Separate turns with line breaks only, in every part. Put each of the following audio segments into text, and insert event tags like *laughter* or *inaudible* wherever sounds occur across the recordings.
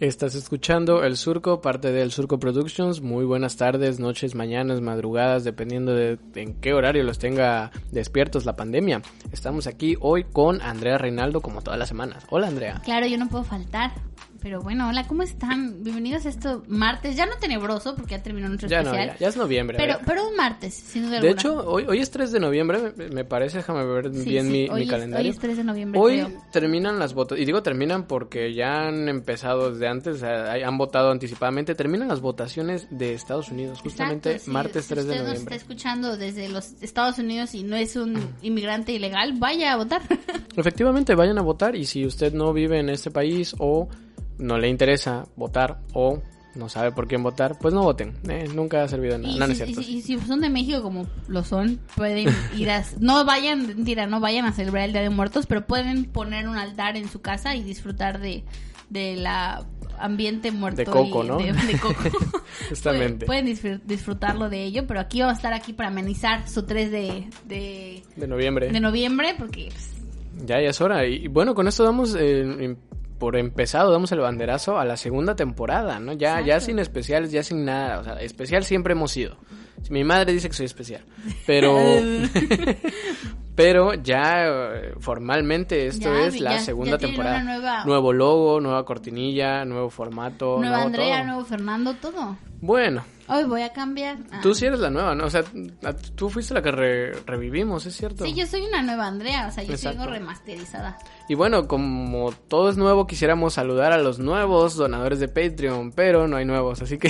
Estás escuchando El Surco, parte del Surco Productions. Muy buenas tardes, noches, mañanas, madrugadas, dependiendo de en qué horario los tenga despiertos la pandemia. Estamos aquí hoy con Andrea Reinaldo como todas las semanas. Hola Andrea.
Claro, yo no puedo faltar. Pero bueno, hola, ¿cómo están? Bienvenidos a esto martes, ya no tenebroso porque ya terminó nuestro
Ya no,
especial.
ya, ya es noviembre.
Pero,
¿verdad?
pero un martes, sin duda
de
alguna.
hecho, hoy, hoy es 3 de noviembre, me- me parece, déjame ver
Sí,
bien
sí,
mi, mi
hoy es-
calendario.
hoy es 3 de noviembre,
Hoy
creo.
terminan las votaciones, y digo terminan porque ya han empezado desde antes, a- a- han votado anticipadamente, terminan las votaciones de Estados Unidos, justamente
Exacto, sí,
martes
si
3 de
usted nos
noviembre.
está escuchando desde los Estados Unidos y no
*clears throat*
es un inmigrante ilegal, vaya a votar.
Efectivamente, vayan a votar y si usted no vive en este país o no le interesa votar o no sabe por quién votar, pues no voten, eh, nunca ha servido de nada.
Y,
No, no
si,
es cierto.
y si- y si son de México, como lo son, pueden ir a... No vayan, mentira, no vayan a celebrar el Día de Muertos, pero pueden poner un altar en su casa y disfrutar de, de la ambiente muerto
De coco,
y
¿no?
de, de
*laughs*
coco
Justamente.
pueden disfr- disfrutarlo de ello pero aquí vamos a estar aquí para amenizar su 3 de, de,
De noviembre.
de noviembre porque pues,
Ya, ya es hora. Y y bueno, con esto damos eh, em- por empezado, damos el banderazo a la segunda temporada, ¿no? Ya, ya
Exacto.
sin especiales, ya sin nada. O sea, especial siempre hemos sido. Mi madre dice que soy especial.
*laughs*
Pero. *laughs* pero ya eh, formalmente esto
Ya,
es la
ya- ya
segunda
tienen
temporada.
una nueva-
Nuevo logo, nueva cortinilla, nuevo formato,
nueva
Oh, nuevo
Andrea
todo.
nuevo Fernando todo
Bueno,
hoy voy a cambiar Ah.
tú sí eres la nueva, ¿no? O sea, a- tú fuiste la que re- revivimos, ¿es cierto?
sí yo soy una nueva Andrea o sea yo
Exacto.
sigo remasterizada
Y bueno, como todo es nuevo, quisiéramos saludar a los nuevos donadores de Patreon, pero no hay nuevos, así que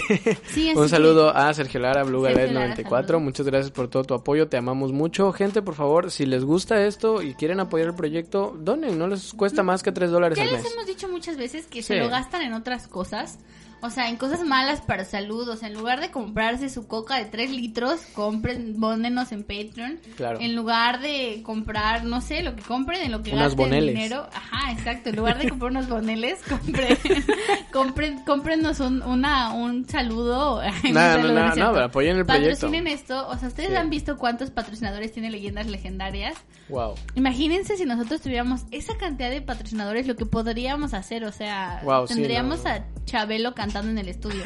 Sí, así
*laughs* un
que-
saludo a Sergio Lara, Blue
Sergio
Galet
Lara,
94,
saludos.
muchas gracias por todo tu apoyo, te amamos mucho. Gente, por favor, si les gusta esto y quieren apoyar el proyecto, donen, no les cuesta más que 3 dólares
Ya
al
les
mes.
hemos dicho muchas veces que
Sí.
se lo gastan en otras cosas. O sea, en cosas malas para salud. O sea, en lugar de comprarse su coca de 3 litros, compren, bónenos en Patreon.
Claro.
En lugar de comprar, no sé, lo que compren, en lo que
Unas
gasten
boneles.
dinero. Ajá, exacto. En lugar de comprar unos boneles, compren, *laughs* compren, cómprenos un, una, un saludo.
No,
*laughs* Un saludo,
no, no,
es
no,
cierto.
pero apoyen el proyecto.
Patrocinen esto. O sea, ustedes
Sí.
han visto cuántos patrocinadores tiene Leyendas Legendarias.
Wow.
Imagínense si nosotros tuviéramos esa cantidad de patrocinadores, lo que podríamos hacer, o sea,
Wow, sí,
tendríamos
no.
a Chabelo cantando en
*laughs*
el estudio.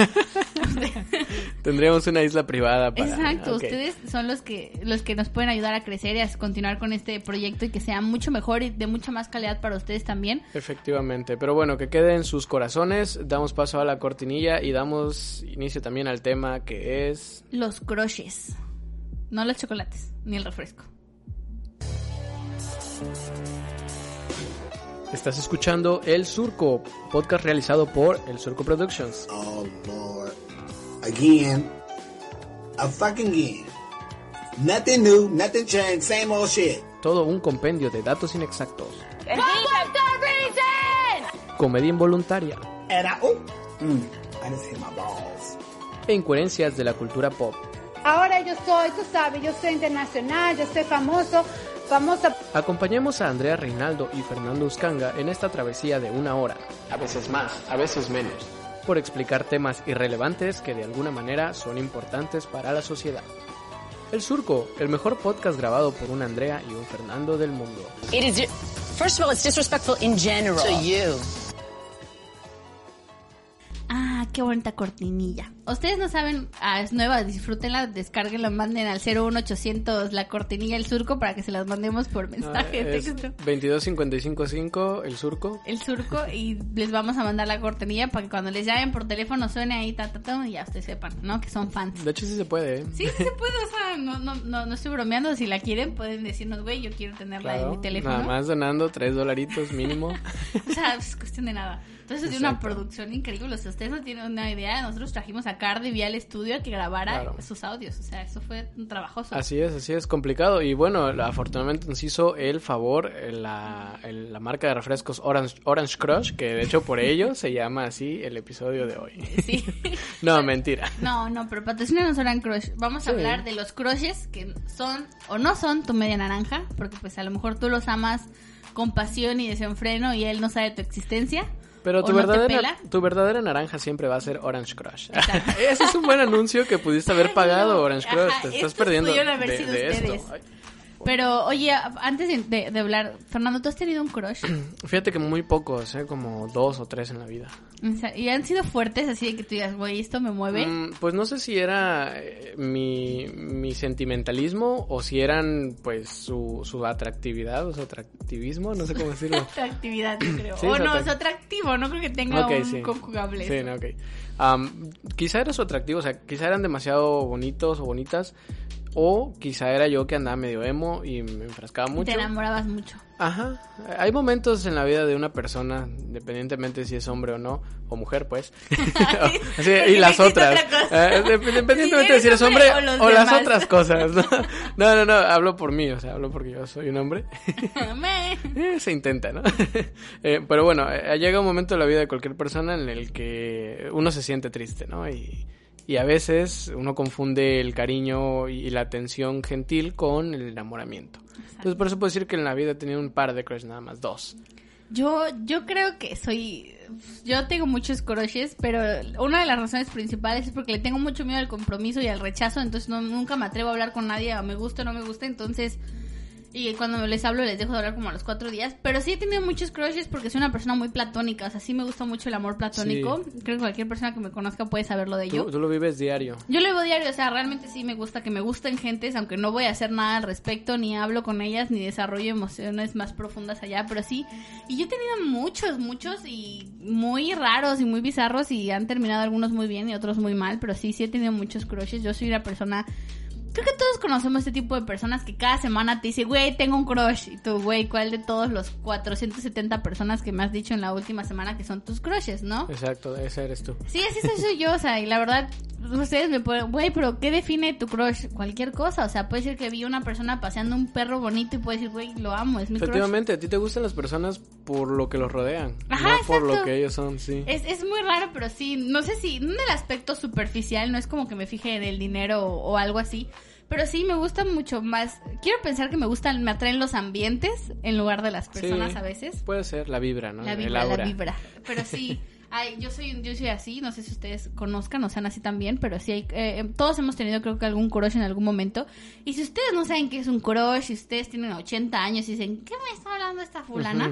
Tendríamos una isla privada para
Exacto,
ok.
ustedes son los que los que nos pueden ayudar a crecer y a continuar con este proyecto y que sea mucho mejor y de mucha más calidad para ustedes también.
Efectivamente, pero bueno, que quede en sus corazones, damos paso a la cortinilla y damos inicio también al tema que es...
Los croches, no los chocolates ni el refresco.
Estás escuchando El Surco, podcast realizado por El Surco Productions.
Oh Lord. Again. A fucking again. Nothing new, nothing changed, same old shit.
Todo un compendio de datos inexactos. Comedia involuntaria
And I oh mm, I just hit my balls.
e incoherencias de la cultura pop.
Ahora yo soy, tú sabes, yo soy internacional, yo soy famoso, famosa.
Acompañemos a Andrea Reinaldo y Fernando Uscanga en esta travesía de una hora. A veces más, a veces menos. Por explicar temas irrelevantes que de alguna manera son importantes para la sociedad. El Surco, el mejor podcast grabado por un Andrea y un Fernando del mundo.
It is. First of all, it's disrespectful in general. To you.
Ah, qué bonita cortinilla. Ustedes no saben, ah, es nueva, disfrútenla, descárguenla, manden al 01800 la cortinilla el surco para que se las mandemos por mensaje *laughs* de
Ah, Es
texto.
22555, el Surco.
El surco y les vamos a mandar la cortinilla para que cuando les llamen por teléfono suene ahí, ta, ta, ta, y ya ustedes sepan, ¿no? Que son fans.
De hecho, sí se puede, ¿eh?
Sí, sí se puede, o sea, no, no, no, no estoy bromeando. Si la quieren, pueden decirnos, güey, yo quiero tenerla en
Claro,
mi teléfono.
Nada más donando tres dolaritos mínimo.
*laughs* O sea, pues, es cuestión de nada. Entonces, tiene una
Exacto.
producción increíble. O sea, ustedes no tienen una idea. Nosotros trajimos a Cardi B al estudio a que grabara
Claro.
sus audios. O sea, eso fue un trabajoso.
así es, así es, complicado. Y bueno, afortunadamente nos hizo el favor eh, la, el- la marca de refrescos Orange, Orange Crush, que de hecho por ello se llama así el episodio de hoy.
Sí.
*laughs* No, mentira.
No, no, pero patrocínanos Oran Crush. Vamos
Sí.
a hablar de los crushes que son o no son tu media naranja, porque pues a lo mejor tú los amas con pasión y desenfreno y él no sabe tu existencia.
Pero
o
tu
no te
verdadera,
pela.
tu verdadera naranja siempre va a ser Orange Crush.
Exacto.
*laughs* Ese es un buen anuncio que pudiste haber
*laughs* Ay,
pagado,
no.
Orange Crush.
Ajá,
Te estás
estos
perdiendo
pudieron haber
de,
sido
de esto.
ustedes.
Ay,
Pero, oye, antes de, de- de hablar, Fernando, ¿tú has tenido
*clears throat*
un crush?
Fíjate que muy pocos, ¿eh? como dos o tres en la vida.
O sea, ¿Y han sido fuertes así de que tú digas, güey, esto me mueve?
Mm, pues no sé si era eh, mi, mi sentimentalismo o si eran pues su, su atractividad o su atractivismo, no sé cómo decirlo. *clears throat*
Atractividad, yo creo.
Sí,
o
es
no,
atrac-
es atractivo, no creo que *laughs* tenga
Ok,
un
sí.
conjugable.
Sí, no, ok. Am, quizá era su atractivo, o sea, quizá eran demasiado bonitos o bonitas o quizá era yo que andaba medio emo y me enfrascaba mucho.
Te enamorabas mucho.
Ajá. Hay momentos en la vida de una persona, independientemente si es hombre o no, o mujer,
*laughs*
pues. *laughs* Sí,
Porque
y
no
las
existe
otras.
otra cosa.
Eh, dep- independientemente
Si
de si eres
eres
hombre
hombre o los
o, las
demás.
otras cosas. ¿no? *laughs* no, no, no, hablo por mí, o sea, hablo porque yo soy un hombre.
*laughs* Me-
Eh, se intenta, ¿no? *laughs* Eh, pero bueno, eh, llega un momento en la vida de cualquier persona en el que uno se siente triste, ¿no? Y, y a veces uno confunde el cariño y, y la atención gentil con el enamoramiento. Entonces por eso puedo decir que en la vida he tenido un par de crushes, nada más dos.
Yo, yo creo que soy. Yo tengo muchos crushes, pero una de las razones principales es porque le tengo mucho miedo al compromiso y al rechazo, entonces no, nunca me atrevo a hablar con nadie, a me gusta o no me gusta, entonces. Y cuando les hablo les dejo de hablar como a los cuatro días. Pero sí he tenido muchos crushes porque soy una persona muy platónica. O sea, sí me gusta mucho el amor platónico. Creo que cualquier persona que me conozca puede saberlo de ello.
Tú, tú lo vives diario.
Yo lo veo diario, o sea, realmente sí me gusta que me gusten gentes, aunque no voy a hacer nada al respecto, ni hablo con ellas, ni desarrollo emociones más profundas allá, pero sí. Y yo he tenido muchos, muchos y muy raros y muy bizarros y han terminado algunos muy bien y otros muy mal, pero sí, sí he tenido muchos crushes. Yo soy una persona... Creo que todos conocemos este tipo de personas que cada semana te dice, güey, tengo un crush. Y tú, güey, ¿cuál de todos los 470 personas que me has dicho en la última semana que son tus crushes, no?
Exacto, ese eres tú.
Sí, así soy, soy yo, o sea, y la verdad, ustedes me pueden, güey, pero ¿qué define tu crush? Cualquier cosa, o sea, puede ser que vi una persona paseando un perro bonito y puede decir, güey, lo amo, es mi crush.
Efectivamente, a ti te gustan las personas por lo que los rodean,
Ajá,
no por
exacto. Eh,
lo que ellos son, sí.
Es, es muy raro, pero sí, no sé si, no en el aspecto superficial, no es como que me fije en el dinero o, o algo así, pero sí me gusta mucho más, quiero pensar que me gustan, me atraen los ambientes en lugar de las personas
Sí.
a veces.
Puede ser la vibra, ¿no?
La
El
vibra,
aura.
la vibra. Pero sí, hay, yo, soy, yo soy así, no sé si ustedes conozcan o sean así también, pero sí, hay, eh, em, todos hemos tenido creo que algún crush en algún momento. Y si ustedes no saben qué es un crush, si ustedes tienen 80 años y dicen, ¿qué me está hablando esta
*laughs*
fulana?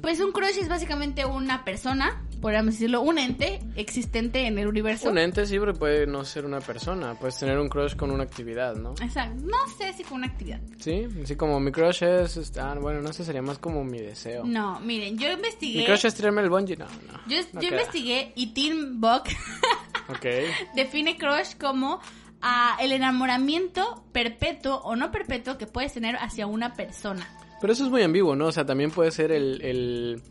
Pues un crush es básicamente una persona, podríamos decirlo, un ente existente en el universo.
Un ente siempre puede no ser una persona, puedes tener un crush con una actividad, ¿no?
Exacto, no sé si con una actividad.
Sí, así como mi crush es, este, ah, bueno, no sé, sería más como mi deseo.
No, miren, yo investigué...
Mi crush es tirarme el bungee, no, no.
Yo,
no
yo
queda.
investigué y Tim Buck
Ok,
define crush como ah, el enamoramiento perpetuo o no perpetuo que puedes tener hacia una persona.
pero eso es muy ambiguo, ¿no? O sea, también puede ser el, el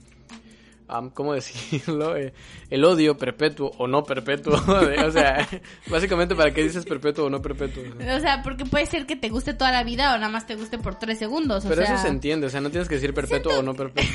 am, ¿cómo decirlo? Eh, El odio perpetuo o no perpetuo, *laughs* o sea, básicamente para qué dices perpetuo o no perpetuo.
O sea, porque puede ser que te guste toda la vida o nada más te guste por tres segundos. O
Pero
sea,
eso se entiende, o sea, no tienes que decir perpetuo o no perpetuo.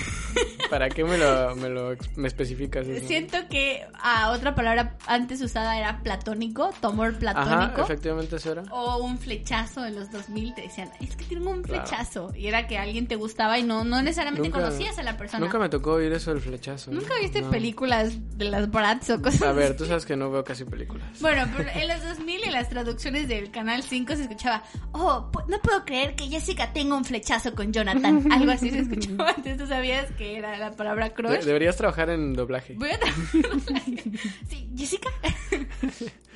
¿Para qué me lo, me lo ex- me especificas eso?
Siento que a otra palabra antes usada era platónico, tu amor
Ajá,
platónico.
efectivamente eso era.
o un flechazo en los 2000 te decían, es que tengo un
Claro.
flechazo. Y era que alguien te gustaba y no, no necesariamente conocías a la persona.
Nunca me tocó oír eso del flechazo.
¿Nunca viste
No.
películas de las Bratz o cosas
A ver,
así?
tú sabes que no veo casi películas.
Bueno, pero en los 2000 en las traducciones del Canal 5 se escuchaba, oh, pu- no puedo creer que Jessica tenga un flechazo con Jonathan. Algo así se escuchaba, entonces tú sabías que era la palabra
De-
crush.
deberías trabajar en doblaje.
Voy a traer- Sí, Jessica.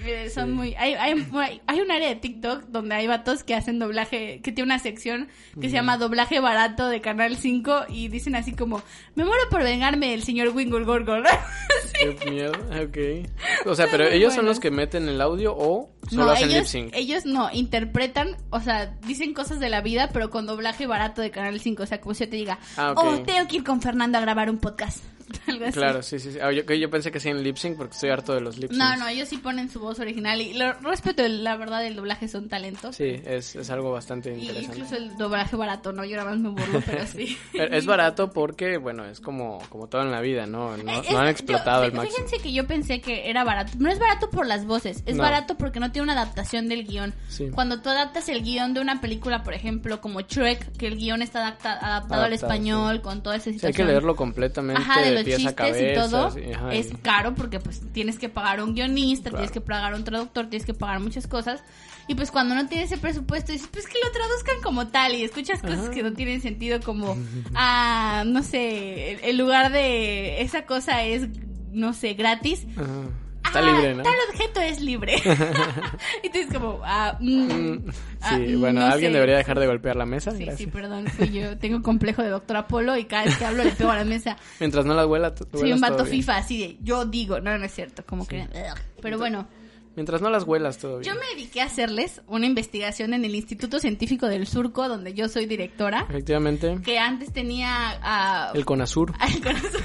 Eh, Son muy... Hay, hay, hay un área de TikTok donde hay vatos que hacen doblaje, que tiene una sección que se llama doblaje barato de Canal 5 y dicen así como, me muero por vengarme del señor Wingle Gorgor. *laughs*
Qué miedo. Ok. O sea, pero ellos son los que meten el audio o solo hacen
ellos,
lip sync.
ellos no, interpretan, o sea, dicen cosas de la vida, pero con doblaje barato de Canal 5. O sea, como si yo te diga,
Ah, ok.
oh, tengo que ir con Fernando a grabar un podcast. *laughs* Algo así.
Claro, sí, sí. sí. Ah, yo, yo pensé que hacían lip sync porque estoy harto de los lip sync.
No, no, ellos sí ponen su voz original y lo respeto, la verdad, el doblaje son talentos.
Sí, es, es algo bastante
Y
interesante.
incluso el doblaje barato, ¿no? Yo nada más me burlo, pero
*laughs*
sí. *laughs*
Es barato porque, bueno, es como, como todo en la vida, ¿no? No,
Eh, Es-
no han
yo-
explotado el
fí-
máximo.
Fíjense que yo pensé que era barato. No es barato por las voces, es
No.
barato porque no tiene una adaptación del guión.
Sí.
Cuando tú adaptas el guión de una película, por ejemplo, como Shrek, que el guión está adapta- adaptado al
Adaptado,
español, con toda esa
Sí, hay
situación.
que leerlo completamente
Ajá, del
de
los
pies
chistes
a cabeza.
y todo
sí, ajá,
es
y-
caro porque pues tienes que pagar a un guionista,
Claro.
tienes que pagar a un traductor, tienes que pagar muchas cosas. Y pues cuando no tienes ese presupuesto dices, pues que lo traduzcan como tal y escuchas cosas que no tienen sentido
*laughs*
como, ah, no sé, el- el lugar de esa cosa es, no sé, gratis.
ajá. Está
Ah,
libre, ¿no?
Tal objeto
*laughs*
es libre. *laughs* y tú dices como, ah, mm, ah,
Sí,
mm,
bueno,
no
alguien
sé.
debería dejar de golpear la mesa.
Sí, sí,
Gracias.
perdón, fui yo. Tengo complejo de doctor Apolo y cada vez que hablo le pego a la mesa.
Mientras no la huela, t-
Soy un
huelas
vato
todo bien.
FIFA, así de yo digo, no, no es cierto, como que... ugh. Pero bueno,
Mientras no las huelas, todo
yo
bien.
me dediqué a hacerles una investigación en el Instituto Científico del Surco, donde yo soy directora,
Efectivamente,
que antes tenía... ah,
el Conasur,
*laughs* al corazón,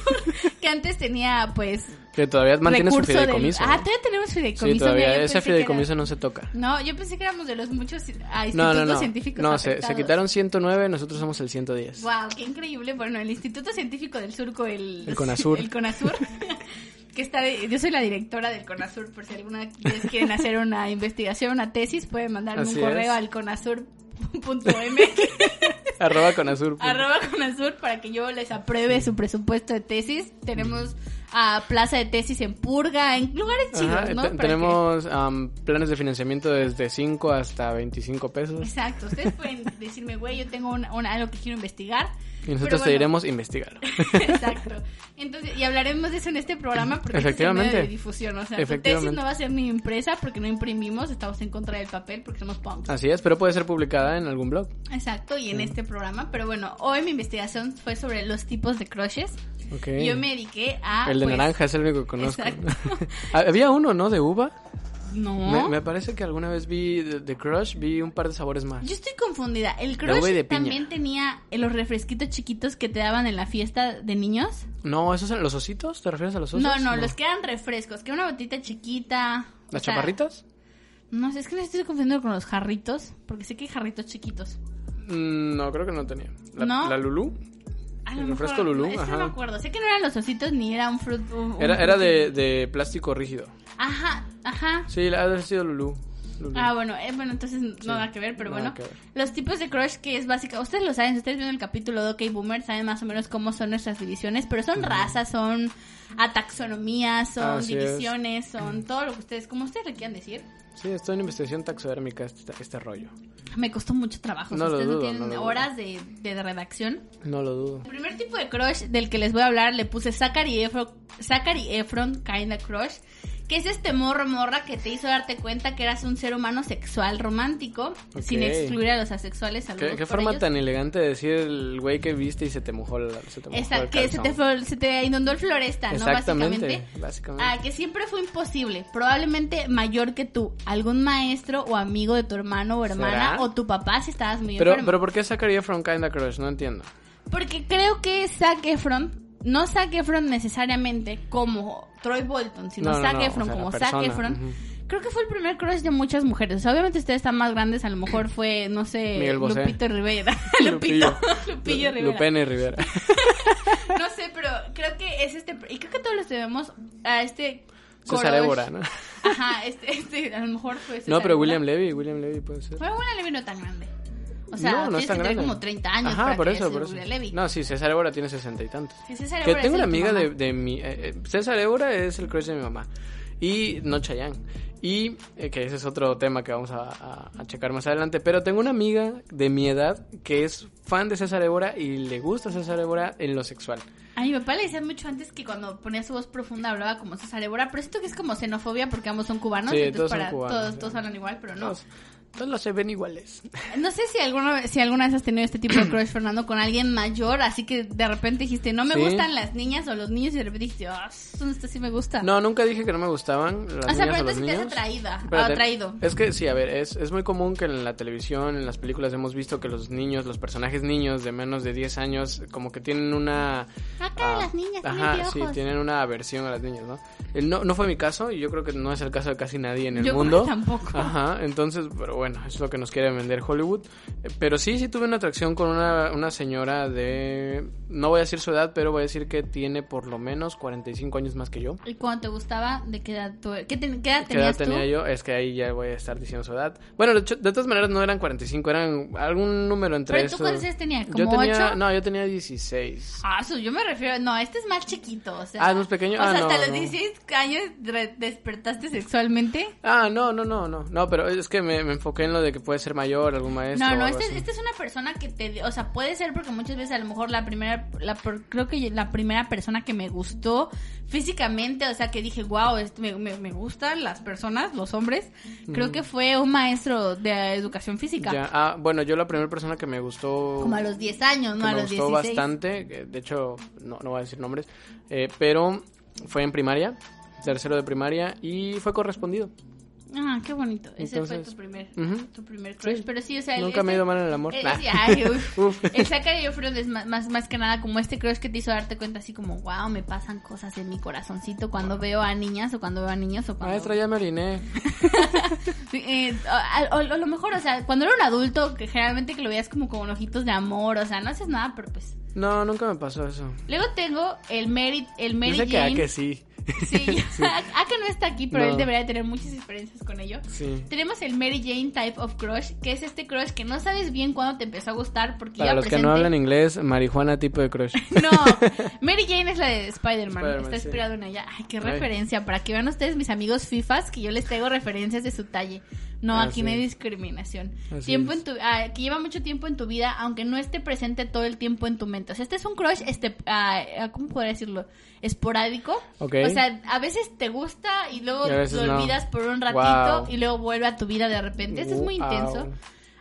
que antes tenía pues...
que todavía mantiene su
recurso del-
fideicomiso.
Ah,
¿no?
todavía tenemos fideicomiso.
Sí, todavía
mira,
ese
yo pensé que era-
fideicomiso no se toca.
No, yo pensé que éramos de los muchos ah,
No,
institutos
no, no.
científicos
No, se, se
afectados.
quitaron 109, nosotros somos el 110.
Wow, qué increíble. Bueno, el Instituto Científico del Surco, el,
El CONASUR.
el CONASUR, *laughs* que está de- yo soy la directora del CONASUR, por si alguna vez quieren hacer una investigación, una tesis, pueden mandarme
Así
un correo
es.
al conasur.mx
*laughs* Arroba Conasur.
*laughs*
pues.
arroba Conasur para que yo les apruebe su presupuesto de tesis. Tenemos a plaza de tesis en Purga, en lugares chidos,
Ajá,
¿no?
te-
Para que-
tenemos am, planes de financiamiento desde 5 hasta 25 pesos.
Exacto, ustedes pueden decirme, güey, yo tengo un- un- algo que quiero investigar.
Y
pero
nosotros te
bueno.
diremos,
*laughs*
investigalo.
Exacto. Entonces, y hablaremos de eso en este programa porque este es el medio
Efectivamente.
de difusión. O sea, tu tesis
Efectivamente.
no va a ser ni impresa porque no imprimimos, estamos en contra del papel porque somos punks.
Así es, pero puede ser publicada en algún blog.
Exacto, y en este programa. Pero bueno, hoy mi investigación fue sobre los tipos de crushes.
Ok.
Y Yo me dediqué a.
el de
pues,
naranja es el único que conozco. *laughs* Ah,
Exacto.
Había uno, ¿no? De uva.
No.
Me, me parece que alguna vez vi de, de Crush, vi un par de sabores más.
Yo estoy confundida. El
La uva
crush
y de piña.
también tenía eh, los refresquitos chiquitos que te daban en la fiesta de niños.
No, ¿esos son los ositos? ¿Te refieres a los osos?
No, no, los que eran refrescos, que una botita chiquita. o
¿Las
sea,
chaparritas?
No sé, es que me estoy confundiendo con los jarritos, porque sé que hay jarritos chiquitos.
Mm, No, creo que no tenía. ¿La,
¿No?
la Lulú?
A
El refresco Lulú,
Es que no
ajá.
me acuerdo. Sé que no eran los ositos ni era un fruto.
Era, era de, de plástico rígido.
Ajá, ajá.
Sí, la- ha de haber sido Lulú. Lulú.
Ah, bueno, eh, bueno, entonces nada que ver, pero
nada
bueno.
que ver.
Los tipos de crush que es básica, ustedes lo saben, si ustedes vieron el capítulo de OK Boomer, saben más o menos cómo son nuestras divisiones, pero son razas, son ataxonomías, son
Así es.
divisiones, son todo lo que ustedes, como ustedes le quieran decir.
Sí, estoy en investigación taxodérmica este, este rollo.
Me costó mucho trabajo, o sea,
No lo
ustedes
dudo,
no tienen
no lo dudo.
horas de, de redacción.
No lo dudo.
El primer tipo de crush del que les voy a hablar le puse Zachary Efron, Zachary Efron kinda crush, que es este morro morra que te hizo darte cuenta que eras un ser humano sexual romántico,
Ok.
sin excluir a los asexuales. saludos
¿Qué, qué
por
forma
ellos.
tan elegante de decir el güey que viste y se te mojó la se te mojó
Esa-
el
que se
calzón.
te, fue- se te inundó el floresta, ¿no?
Exactamente,
Básicamente.
básicamente.
Ah, que siempre fue imposible. Probablemente mayor que tú. Algún maestro o amigo de tu hermano o hermana
¿Será?
o tu papá si estabas muy
Pero,
enfermo.
pero ¿por qué sacaría From Kinda Crush? No entiendo.
Porque creo que Zac Efron, no Zac Efron necesariamente como Troy Bolton, sino
No, no,
Zac
no,
Efron
o sea, la
como Zac
persona,
Efron.
ujú.
Creo que fue el primer crush de muchas mujeres. O sea, obviamente ustedes están más grandes, a lo mejor fue, no sé,
Miguel Bosé. *laughs*
Lupito Rivera. *laughs* Lupito. Lupillo
Lu-
Rivera.
Lupene Rivera.
No sé, pero creo que es este. Y creo que todos los debemos a este.
César
crush.
Évora, ¿no?
Ajá, este, este, a lo mejor fue
*laughs*
César
No, pero
Évora.
William Levy, William Levy puede ser.
Fue William Levy no tan grande. O sea,
no, no
tienes
es tan
que tener
grande.
como 30 años.
Ajá,
para
por
que
eso,
hayas
por
sido
eso.
William Levy.
No, sí, César Évora tiene sesenta y tantos.
Sí, César
Que
Évora
tengo una
es el de tu
amiga
mamá.
de, de mi... eh, eh, César Évora es el crush de mi mamá. Y no Chayanne. Y eh, que ese es otro tema que vamos a, a- a checar más adelante. Pero tengo una amiga de mi edad que es fan de César Évora y le gusta César Évora en lo sexual.
A mi papá le decían mucho antes que cuando ponía su voz profunda hablaba como César Évora, pero siento que es como xenofobia porque ambos son cubanos,
Sí,
entonces
todos son
para
cubanos,
todos,
sí.
todos hablan igual, pero no.
Todos, todos los se ven iguales.
No sé si alguna, si alguna vez has tenido este tipo de crush, Fernando, con alguien mayor, así que de repente dijiste, no me
Sí.
gustan las niñas o los niños, y de repente dijiste, ah, esta sí me gusta.
No, nunca dije que no me gustaban las
O sea,
niñas
pero
o los
entonces te Ah, has
niños.
atraída,
Espérate.
atraído.
Es que sí, a ver, es, es muy común que en la televisión, en las películas hemos visto que los niños, los personajes niños de menos de 10 años, como que tienen una...
Acá
ah,
las niñas tienen
Ajá,
piojos.
sí, tienen una aversión a las niñas, ¿no? Eh, ¿no? No fue mi caso y yo creo que no es el caso de casi nadie en el
Yo creo
mundo.
que tampoco.
Ajá, entonces, pero bueno, es lo que nos quiere vender Hollywood. Eh, Pero sí, sí tuve una atracción con una, una señora de... No voy a decir su edad, pero voy a decir que tiene por lo menos 45 años más que yo.
¿Y cuando te gustaba? ¿De qué edad tú eres? ¿Qué, te- qué edad
¿Qué edad
tenías
tenía
tú?
yo? Es que ahí ya voy a estar diciendo su edad. Bueno, de, hecho, de todas maneras no eran 45, eran algún número entre
¿Pero tú
esos.
cuántos años tenías?
Yo
¿Como
tenía,
ocho?
No, yo tenía 16.
Ah, eso yo me refiero. No, este es más chiquito. O sea,
Ah, ¿es más pequeño?
O sea,
Ah, no,
hasta los
no.
16 años re- despertaste sexualmente.
Ah, no, no, no, no. No, pero es que me, me enfoqué en lo de que puede ser mayor, algún maestro.
no,
o
no,
algo
este,
así.
este es una persona que te. O sea, puede ser porque muchas veces a lo mejor la primera. La, por- creo que yo- la primera persona que me gustó físicamente, o sea, que dije, wow, me, me- me gustan las personas, los hombres. Creo que fue un maestro de educación física.
Ya, ah, bueno, yo la primera persona que me gustó...
Como a los 10 años,
que
¿no? A
me
los
gustó
16.
bastante, que de hecho no, no voy a decir nombres, eh, pero fue en primaria, tercero de primaria, y fue correspondido.
Ah, qué bonito. Ese fue
Entonces,
tu primer,
ujú.
tu primer crush.
Sí.
Pero sí, o sea, el-
Nunca me ha
este-
ido mal en el amor.
eh,
Nah.
sí,
*laughs*
ay, uf.
Uf.
El Zachary y yo fueron des- más, más, más que nada como este crush que te hizo darte cuenta así como, wow, me pasan cosas en mi corazoncito cuando veo a niñas o cuando veo a niños o cuando...
Maestra, ya me oriné.
Sí, eh, o, o- o lo mejor, o sea, cuando era un adulto, que generalmente que lo veías como con ojitos de amor, o sea, no haces nada, pero pues...
No, nunca me pasó eso.
Luego tengo el Mary, el Mary
Dice que, ah,
Jane.
que *laughs* sí.
Sí, a que no está aquí, pero
No.
él debería de tener muchas experiencias con ello.
Sí.
Tenemos el Mary Jane Type of Crush, que es este crush que no sabes bien cuándo te empezó a gustar
*laughs*
porque
Para
ya
los
presente...
que no hablan inglés, marihuana tipo de crush. *laughs*
*laughs* No, Mary Jane es la de Spider-Man.
Spider-Man,
está
sí.
inspirada en ella. Ay, qué
Ay.
referencia. Para que vean ustedes, mis amigos FIFAs, que yo les traigo referencias de su talle. No,
Ah,
aquí
sí.
no hay discriminación.
Así
tiempo
es.
en tu, ah, que lleva mucho tiempo en tu vida, aunque no esté presente todo el tiempo en tu mente. O sea, este es un crush, este, ah, ah, ¿cómo podría decirlo? Esporádico.
Ok.
O sea, a veces te gusta y luego
Y a veces
lo
no.
olvidas por un ratito
Wow.
y luego vuelve a tu vida de repente. Este es muy
Wow.
intenso.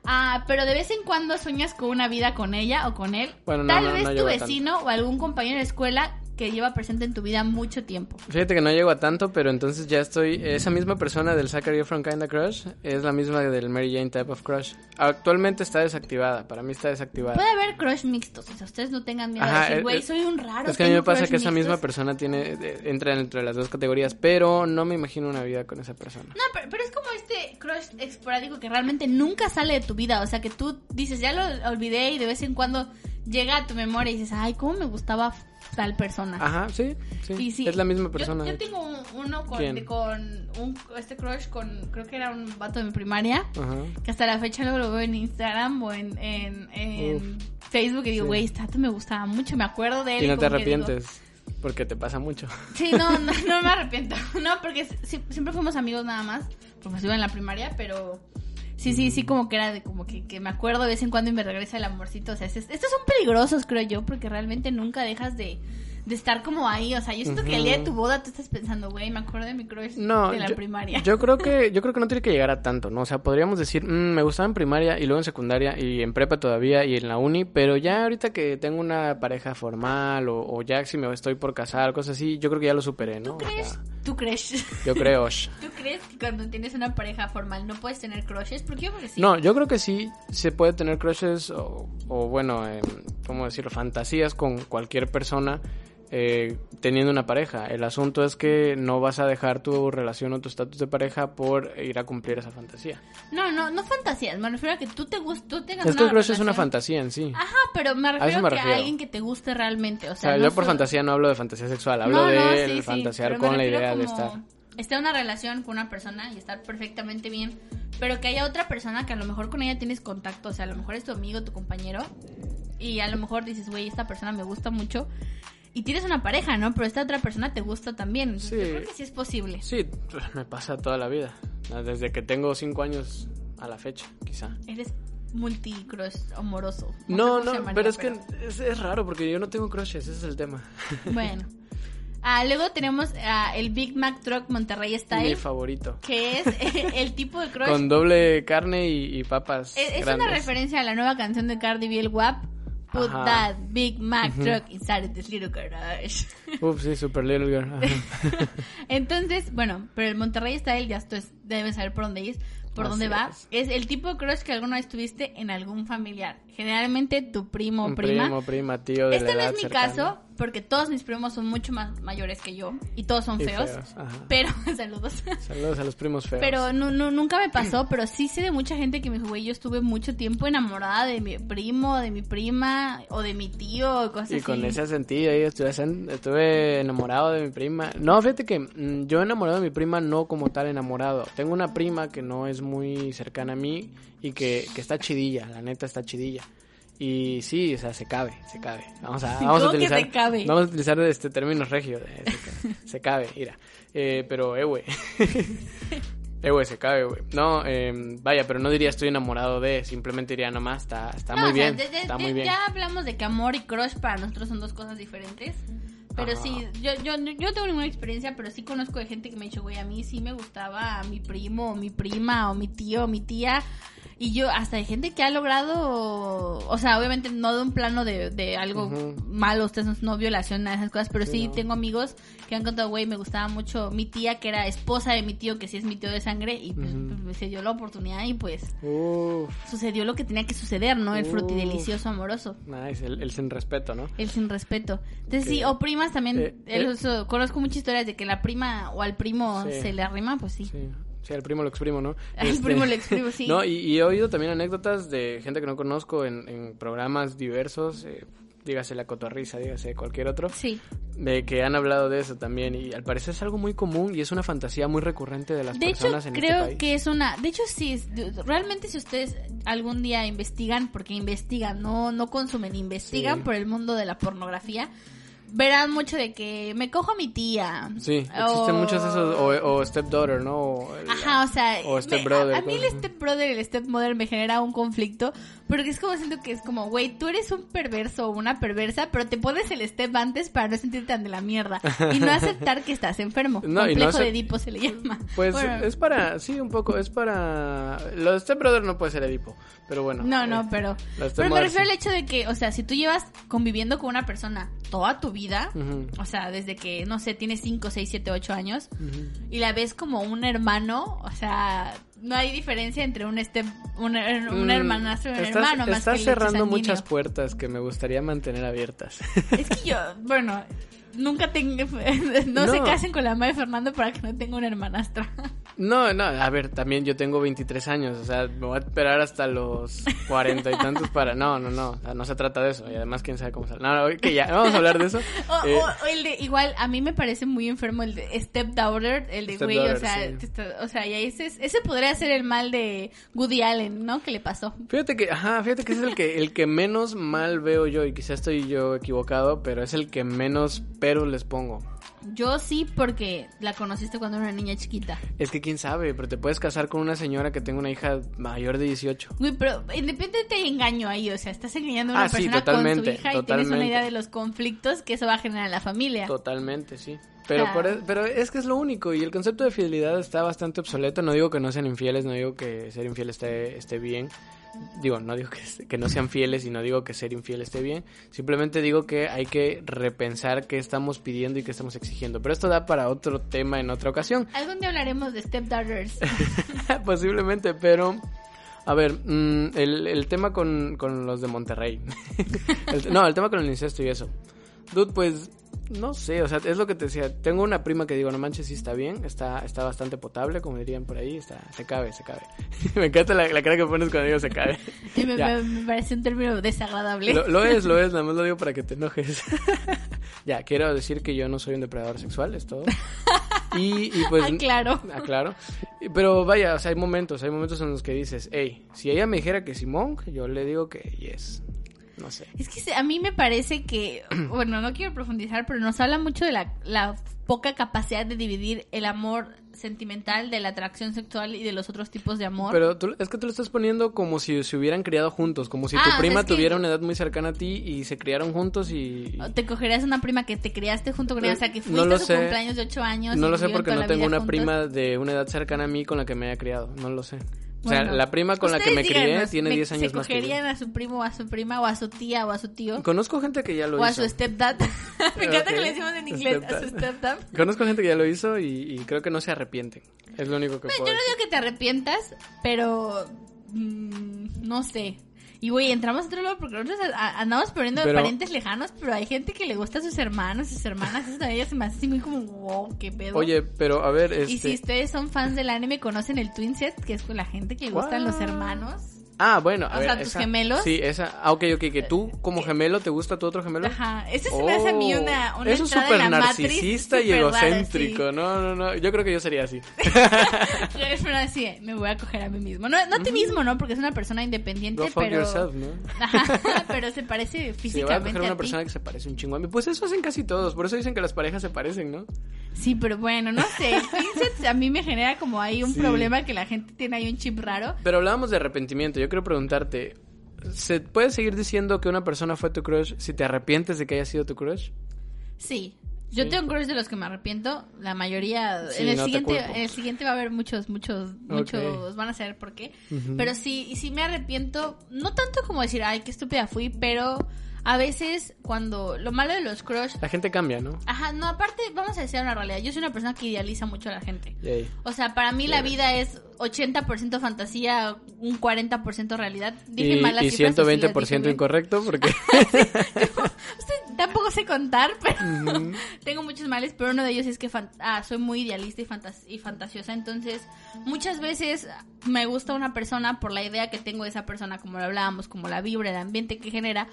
Ah, pero de vez en cuando sueñas con una vida con ella o con él.
Bueno, no,
Tal
no,
vez
no
tu
lleva tanto.
vecino o algún compañero de escuela que lleva presente en tu vida mucho tiempo.
Fíjate que no llego a tanto, pero entonces ya estoy. Esa misma persona del Zachary Efron Kinda Crush es la misma del Mary Jane Type of Crush. Actualmente está desactivada, para mí está desactivada.
Puede haber crush mixtos, o sea, ustedes no tengan miedo
Ajá,
de decir,
eh,
güey,
eh,
soy un raro.
Es que a mí me
tengo
pasa
crush
que esa misma
mixtos".
persona tiene eh, entra entre las dos categorías, pero no me imagino una vida con esa persona.
No, pero, pero es como este crush esporádico que realmente nunca sale de tu vida, o sea, que tú dices, ya lo olvidé y de vez en cuando llega a tu memoria y dices, ay, ¿cómo me gustaba tal persona?
Ajá, sí, sí.
Sí, sí.
Es la misma
Yo-
persona.
Yo,
de hecho.
tengo un- uno con,
¿Quién?
de- con un, este crush con, creo que era un vato de mi primaria,
Ajá.
que hasta la fecha luego lo veo en Instagram o en, en, en
Uf.
Facebook y digo,
Sí.
güey, este vato me gustaba mucho, me acuerdo de él.
Y no te
como que digo,
arrepientes, porque te pasa mucho.
Sí, no, no, no me arrepiento. *laughs* No, porque si- siempre fuimos amigos nada más, porque iba en la primaria, pero sí, sí, sí, como que era de como que, que me acuerdo de vez en cuando y me regresa el amorcito. O sea, es- estos son peligrosos, creo yo, porque realmente nunca dejas de, de estar como ahí. O sea, yo siento que el día de tu boda tú estás pensando, güey, me acuerdo de mi crush
No,
de la
yo,
primaria.
yo creo
*laughs*
que yo creo que no tiene que llegar a tanto, ¿no? O sea, podríamos decir, "Mm, me gustaba en primaria y luego en secundaria y en prepa todavía y en la uni, pero ya ahorita que tengo una pareja formal o, o ya si me estoy por casar, cosas así, yo creo que ya lo superé, ¿no?
¿Tú
O sea,
crees? ¿Tú crees? *laughs*
yo creo.
¿Tú crees que cuando tienes una pareja formal no puedes tener crushes? Porque yo creo que sí.
No, yo creo que sí se puede tener crushes o, o, bueno, em, ¿cómo decirlo? Fantasías con cualquier persona eh, teniendo una pareja. El asunto es que no vas a dejar tu relación o tu estatus de pareja por ir a cumplir esa fantasía.
No, no, no fantasías. Me refiero a que tú te gust- tú tengas
Es que el
una
crush es una
relación-
fantasía en sí.
Ajá, pero me refiero
eso
a
me
que
refiero.
alguien que te guste realmente. O
o
Ah, sea,
sea,
no
yo por
solo-
fantasía no hablo de fantasía sexual, hablo
No, no,
de
sí, sí,
fantasear
pero me
con la
refiero
idea de
como
estar.
Estar en una relación con una persona y estar perfectamente bien, pero que haya otra persona que a lo mejor con ella tienes contacto, o sea, a lo mejor es tu amigo, tu compañero, y a lo mejor dices, güey, esta persona me gusta mucho, y tienes una pareja, ¿no? Pero esta otra persona te gusta también, entonces
Sí.
yo creo que sí es posible.
Sí, *laughs* me pasa toda la vida. Desde que tengo cinco años a la fecha, quizá.
Eres multicross amoroso.
No,
sé cómo se
no,
llamaría,
pero es que es, es raro porque yo no tengo crushes, ese es el tema.
Bueno. Ah, luego tenemos ah, el Big Mac Truck Monterrey
Mi
Style,
favorito.
que es *laughs* eh, el tipo de crush. Eh,
Con doble carne y, y papas.
es es una
grandes.
referencia a la nueva canción de Cardi B, el WAP. Put
Ajá.
that Big Mac Truck inside this little garage. *laughs*
Uf, sí, Super Little Girl. ajá.
Entonces, bueno, pero el Monterrey Style, ya tú es- deben saber por dónde es, por
Así
dónde va.
es.
Es. el tipo de crush que alguna vez tuviste en algún familiar. Generalmente tu primo o
Un
prima.
primo, prima, tío de la
Este no
edad
es mi
cercana.
caso, porque todos mis primos son mucho más mayores que yo y todos son
Y
feos,
feos, ajá.
pero *laughs* saludos.
Saludos a los primos feos. Mm.
Pero nu- nu- nunca me pasó, pero sí sé de mucha gente que me dijo, güey, yo estuve mucho tiempo enamorada de mi primo, de mi prima, o de mi tío, o cosas
y con
así.
ese sentido, ahí estuve, sen- estuve enamorado de mi prima. No, fíjate que mm, yo enamorado de mi prima, no como tal enamorado. Tengo una prima que no es muy cercana a mí y que, que está chidilla, la neta está chidilla. Y sí, o sea, se cabe, se cabe. Vamos a, vamos a
¿Cómo que
utilizar,
se cabe?
Vamos a utilizar este término regio. de- se, ca-
*laughs*
se cabe, mira. Eh, pero, eh, güey. *laughs* Eh, güey, se cabe, güey. No, eh, vaya, pero no diría estoy enamorado de, simplemente diría nomás, está, está
No,
muy
o sea,
bien.
de- de-
está
de-
muy bien.
Ya hablamos de que amor y crush para nosotros son dos cosas diferentes. Pero
Ajá.
sí, yo, yo, yo no tengo ninguna experiencia, pero sí conozco de gente que me ha dicho, güey, a mí sí me gustaba a mi primo, o mi prima, o mi tío, o mi tía. Y yo, hasta de gente que ha logrado, o sea, obviamente no de un plano de, de algo
Ujú.
malo, ustedes no, no violación, nada de esas cosas, pero sí,
Sí, no.
tengo amigos que han contado, güey, me gustaba mucho mi tía, que era esposa de mi tío, que sí es mi tío de sangre, y pues, pues, se dio la oportunidad y pues
Uf.
sucedió lo que tenía que suceder, ¿no? El
Uh.
frutidelicioso amoroso.
Nice, el, el sin respeto, ¿no?
El sin respeto. Entonces,
Ok.
sí, o primas también.
Eh,
el-
eh.
eso, conozco muchas historias de que la prima o al primo
Sí.
se le arrima, pues sí.
Sí. Sí, al primo lo exprimo, ¿no?
*laughs*
Este,
Al primo lo exprimo, sí.
No, y, y he oído también anécdotas de gente que no conozco en, en programas diversos, eh, dígase La Cotorrisa, dígase cualquier otro,
Sí.
de que han hablado de eso también. Y al parecer es algo muy común y es una fantasía muy recurrente de las
De hecho,
personas en este
creo
país.
que es una. De hecho, sí. es- de- Realmente, si ustedes algún día investigan, porque investigan, no, no consumen, investigan
Sí.
por el mundo de la pornografía, verán mucho de que me cojo a mi tía.
Sí, existen
o-
muchos de esos, o, o stepdaughter, ¿no? O el-
Ajá, o sea,
O este
me-
stepbrother.
a, a mí el
cosas así.
stepbrother y el stepmother me genera un conflicto, porque es como siento que es como, güey, tú eres un perverso o una perversa, pero te pones el step antes para no sentirte tan de la mierda
*laughs*
y no aceptar que estás enfermo.
No, y no
Complejo
acep-
de Edipo se le llama.
Pues
Bueno,
es para, sí, un poco, es para... Lo de stepbrother no puede ser Edipo, pero bueno.
No,
eh,
no, pero.
la stepmother
Pero me refiero
sí.
al hecho de que, o sea, si tú llevas conviviendo con una persona toda tu vida,
Ujú.
o sea, desde que, no sé, tienes 5, 6, 7, 8 años, y la ves como un hermano, o sea, no hay diferencia entre un step, un, her- un
Mm,
hermanastro y un
estás,
hermano más
estás
que el leche
cerrando
sanguíneo.
muchas puertas que me gustaría mantener abiertas.
*laughs*
*laughs*
Es que yo, bueno, nunca tengo. *laughs* No, se
No.
casen con la mamá de Fernando para que no tenga una hermanastra.
no, no, a ver, también yo tengo 23 años, o sea, me voy a esperar hasta los 40 y tantos para... No, no, no, o sea, no se trata de eso, y además quién sabe cómo sale. No, no, que ya, no vamos a hablar de
*laughs*
eso.
O,
Eh,
o- o el de, igual, a mí me parece muy enfermo el de stepdaughter, el de güey, o
Stepdaughter,
sea,
sí.
te está- o sea, y ahí ese, es- ese podría ser el mal de Woody Allen, ¿no? Que le pasó.
Fíjate que, ajá, fíjate que ese es el que, el que menos mal veo yo, y quizás estoy yo equivocado, pero es el que menos peros les pongo.
Yo sí, porque la conociste cuando era una niña chiquita.
Es que quién sabe, pero te puedes casar con una señora que tenga una hija mayor de 18.
Güey, pero independiente hay engaño ahí, o sea, estás engañando a una
Ah, sí,
persona con su
totalmente,
hija y tienes una
totalmente.
idea de los conflictos que eso va a generar en la familia.
Totalmente, sí. Pero,
Claro.
por e- pero es que es lo único y el concepto de fidelidad está bastante obsoleto. No digo que no sean infieles, no digo que ser infiel esté, esté bien. Digo, no digo que, que no sean fieles y no digo que ser infiel esté bien. Simplemente digo que hay que repensar qué estamos pidiendo y qué estamos exigiendo. Pero esto da para otro tema en otra ocasión,
Algún día hablaremos de stepdaughters.
*laughs* posiblemente. Pero, a ver, mm, el, el tema con, con los de Monterrey. *laughs* El- no, el tema con el incesto y eso. Dude, pues no sé, o sea, es lo que te decía. Tengo una prima que digo, no manches, sí está bien, está, está bastante potable, como dirían por ahí, está, se cabe, se cabe. *laughs* me encanta la, la cara que pones cuando digo se cabe.
Sí, me,
Ya.
me- me parece un término desagradable.
Lo, lo
*laughs*
es, lo es, nada más lo digo para que te enojes. *laughs* ya, quiero decir que yo no soy un depredador sexual, es
*laughs*
todo. Y, y
Ah,
pues...
Aclaro.
Aclaro. Y- Pero vaya, o sea, hay momentos, hay momentos en los que dices, hey, si ella me dijera que Simón, yo le digo que yes. No sé.
Es que se- a mí me
*clears throat*
parece que, bueno, no quiero profundizar, pero nos habla mucho de la, la poca capacidad de dividir el amor sentimental de la atracción sexual y de los otros tipos de amor.
Pero tú- es que tú lo estás poniendo como si se hubieran criado juntos, como si
Ah, o
tu
sea,
prima
es que-
tuviera una edad muy cercana a ti y se criaron juntos y...
O te cogerías una prima que te criaste junto con ella, o sea, que
No
fuiste
lo
a su
sé.
cumpleaños de 8 años.
No
y
lo sé
vivieron
porque
toda
no
la
tengo
vida
una
juntos.
prima de una edad cercana a mí con la que me haya criado, no lo sé. O sea,
Bueno,
la prima con la que me
ustedes
crié
díganos,
tiene
¿me-
10 años
¿Se
más que yo.
cogerían a su primo o a su prima o a su tía o a su tío?
Conozco gente que ya lo
o a
hizo.
su stepdad. *laughs* me encanta que
Ok.
le decimos en inglés a su
Stepdad.
stepdad.
Conozco gente que ya lo hizo y, y creo que no se arrepienten. Es lo único que
Pues,
puedo
yo no
decir.
digo que te arrepientas, pero mm, no sé. Y güey, entramos a otro lado porque nosotros a- andamos poniendo
Pero-
parientes lejanos, pero hay gente que le gusta a sus hermanos, sus hermanas, eso también se me hace así muy como, wow, qué pedo.
Oye, pero a ver,
y si
este...
ustedes son fans del anime, conocen el Twin Set, que es con la gente que le gustan
What?
los hermanos. *laughs*
Ah, bueno, a
o
ver,
sea, tus
esa-
gemelos. Eh,
Sí, esa. Ah, ok, ok, que tú como gemelo te gusta tu otro gemelo.
Ajá, eso se me hace a mí
Oh,
una, una
Eso es
entrada
súper
en la Matrix
narcisista y
súper rara,
egocéntrico. No, no, no. Yo creo que yo sería así.
sí. Yo espero así, de, me voy a coger a mí mismo. No, no a ti mismo, ¿no? Porque es una persona independiente,
Go fuck
pero...
yourself, ¿no?
*laughs* Ajá, pero
*laughs*
se parece físicamente
Si voy a coger
a
una
ti.
persona que se parece un chingo a mí. Pues eso hacen casi todos. Por eso dicen que las parejas se parecen, ¿no?
Sí, pero bueno, no sé.
*laughs*
El Twinset a mí me genera como ahí un
Sí.
problema que la gente tiene ahí un chip raro.
Pero hablábamos de arrepentimiento. Yo quiero preguntarte. ¿Se puede seguir diciendo que una persona fue tu crush si te arrepientes de que haya sido tu crush?
Sí. Yo
Sí.
tengo crush de los que me arrepiento. La mayoría.
Sí,
en, el
no te
siguiente,
culpo.
en el siguiente va a haber muchos, muchos, muchos. Van a saber por qué. Pero sí, y sí me arrepiento. No tanto como decir, ay, qué estúpida fui, pero a veces cuando. Lo malo de los crush.
La gente cambia, ¿no?
Ajá, no, aparte, vamos a decir una realidad. Yo soy una persona que idealiza mucho a la gente.
Yay.
O sea, para mí la vida es 80% fantasía, un 40% realidad. Dije
y
mal las
y
cifras, o sí las dije
120%
bien.
incorrecto porque...
*laughs* Usted- Tampoco sé contar, *laughs* pero tengo muchos males, pero uno de ellos es que fan- ah, soy muy idealista y, fantas- y fantasiosa, entonces muchas veces me gusta una persona por la idea que tengo de esa persona, como lo hablábamos, como la vibra, el ambiente que genera.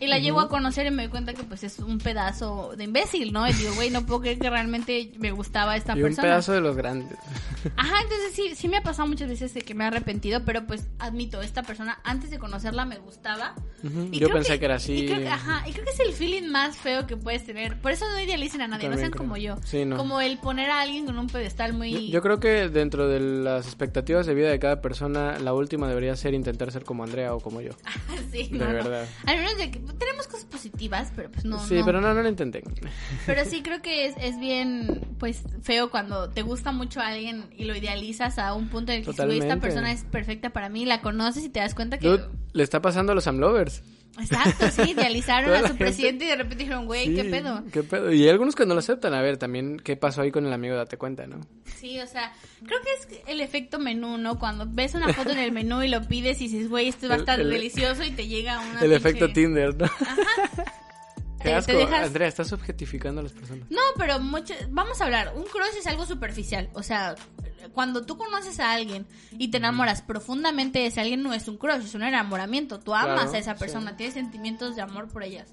Y la llevo a conocer y me doy cuenta que pues es un pedazo de imbécil, ¿no? Y digo, güey, no puedo creer que realmente me gustaba esta
y un
persona.
pedazo de los grandes.
Ajá, entonces sí, sí me ha pasado muchas veces de que me he arrepentido, pero pues admito, esta persona antes de conocerla me gustaba.
Ujú,
Y
yo
creo
pensé que era así.
Y creo que, ajá, y creo que es el feeling más feo que puedes tener. Por eso no idealicen a nadie, no
También
sean
creo.
como yo.
Sí, no.
Como el poner a alguien con un pedestal muy...
Yo, yo creo que dentro de las expectativas de vida de cada persona, la última debería ser intentar ser como Andrea o como yo.
Ah, *laughs* Sí,
de
no, no.
verdad.
Al menos de que tenemos cosas positivas, pero pues no.
sí,
no.
pero no, no lo intenté. *laughs*
Pero sí creo que es, es bien, pues, feo cuando te gusta mucho a alguien y lo idealizas a un punto en el que dices, güey, esta
Totalmente.
persona es perfecta para mí, la conoces y te das cuenta que...
Dude, le está pasando a los Amlovers.
Exacto,
*laughs*
sí, idealizaron
Toda
a
la
su
gente-
presidente y de repente dijeron, güey,
Sí,
qué pedo.
¿Qué pedo? Y hay algunos que no lo aceptan. A ver, también, ¿qué pasó ahí con el amigo? Date cuenta, ¿no?
Sí, o sea, creo que es el efecto menú, ¿no? Cuando ves una foto en el menú y lo pides y dices, güey, esto va a
El-
estar
el-
delicioso y te llega una.
el
Ah, pinche- Ah,
efecto Tinder, ¿no? *laughs* Qué
Te- te
asco.
dejas-
Andrea, estás objetificando a las personas.
No, pero mucho... vamos a hablar. Un crush es algo superficial. O sea, cuando tú conoces a alguien y te enamoras profundamente de ese alguien, no es un crush, es un enamoramiento. Tú amas
Claro,
a esa
sí.
persona, tienes sentimientos de amor por ellas.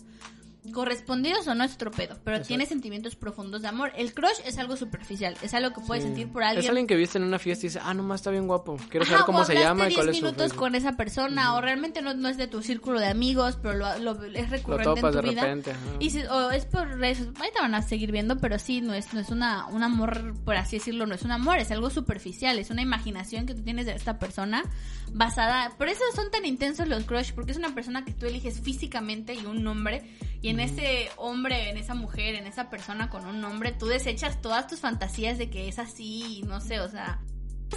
Correspondidos o no es otro pedo, pero tienes sentimientos profundos de amor. El crush es algo superficial, es algo que puedes sentir por alguien.
Es alguien que viste en una fiesta y dice, ah, nomás está bien guapo. Quiero
Ajá,
saber
o
cómo se
hablaste
llama y
10
cuál es su
minutos
Facebook".
con esa persona o realmente no, no es de tu círculo de amigos, pero lo, lo- es recurrente
topas
en tu
de
vida.
repente, ajá.
Y si- o es por redes, ahí te van a seguir viendo, pero sí no es no es una un amor por así decirlo, no es un amor, es algo superficial, es una imaginación que tú tienes de esta persona basada, por eso son tan intensos los crush, porque es una persona que tú eliges físicamente y un nombre y en ese hombre, en esa mujer, en esa persona con un nombre, tú desechas todas tus fantasías de que es así, y no sé, o sea,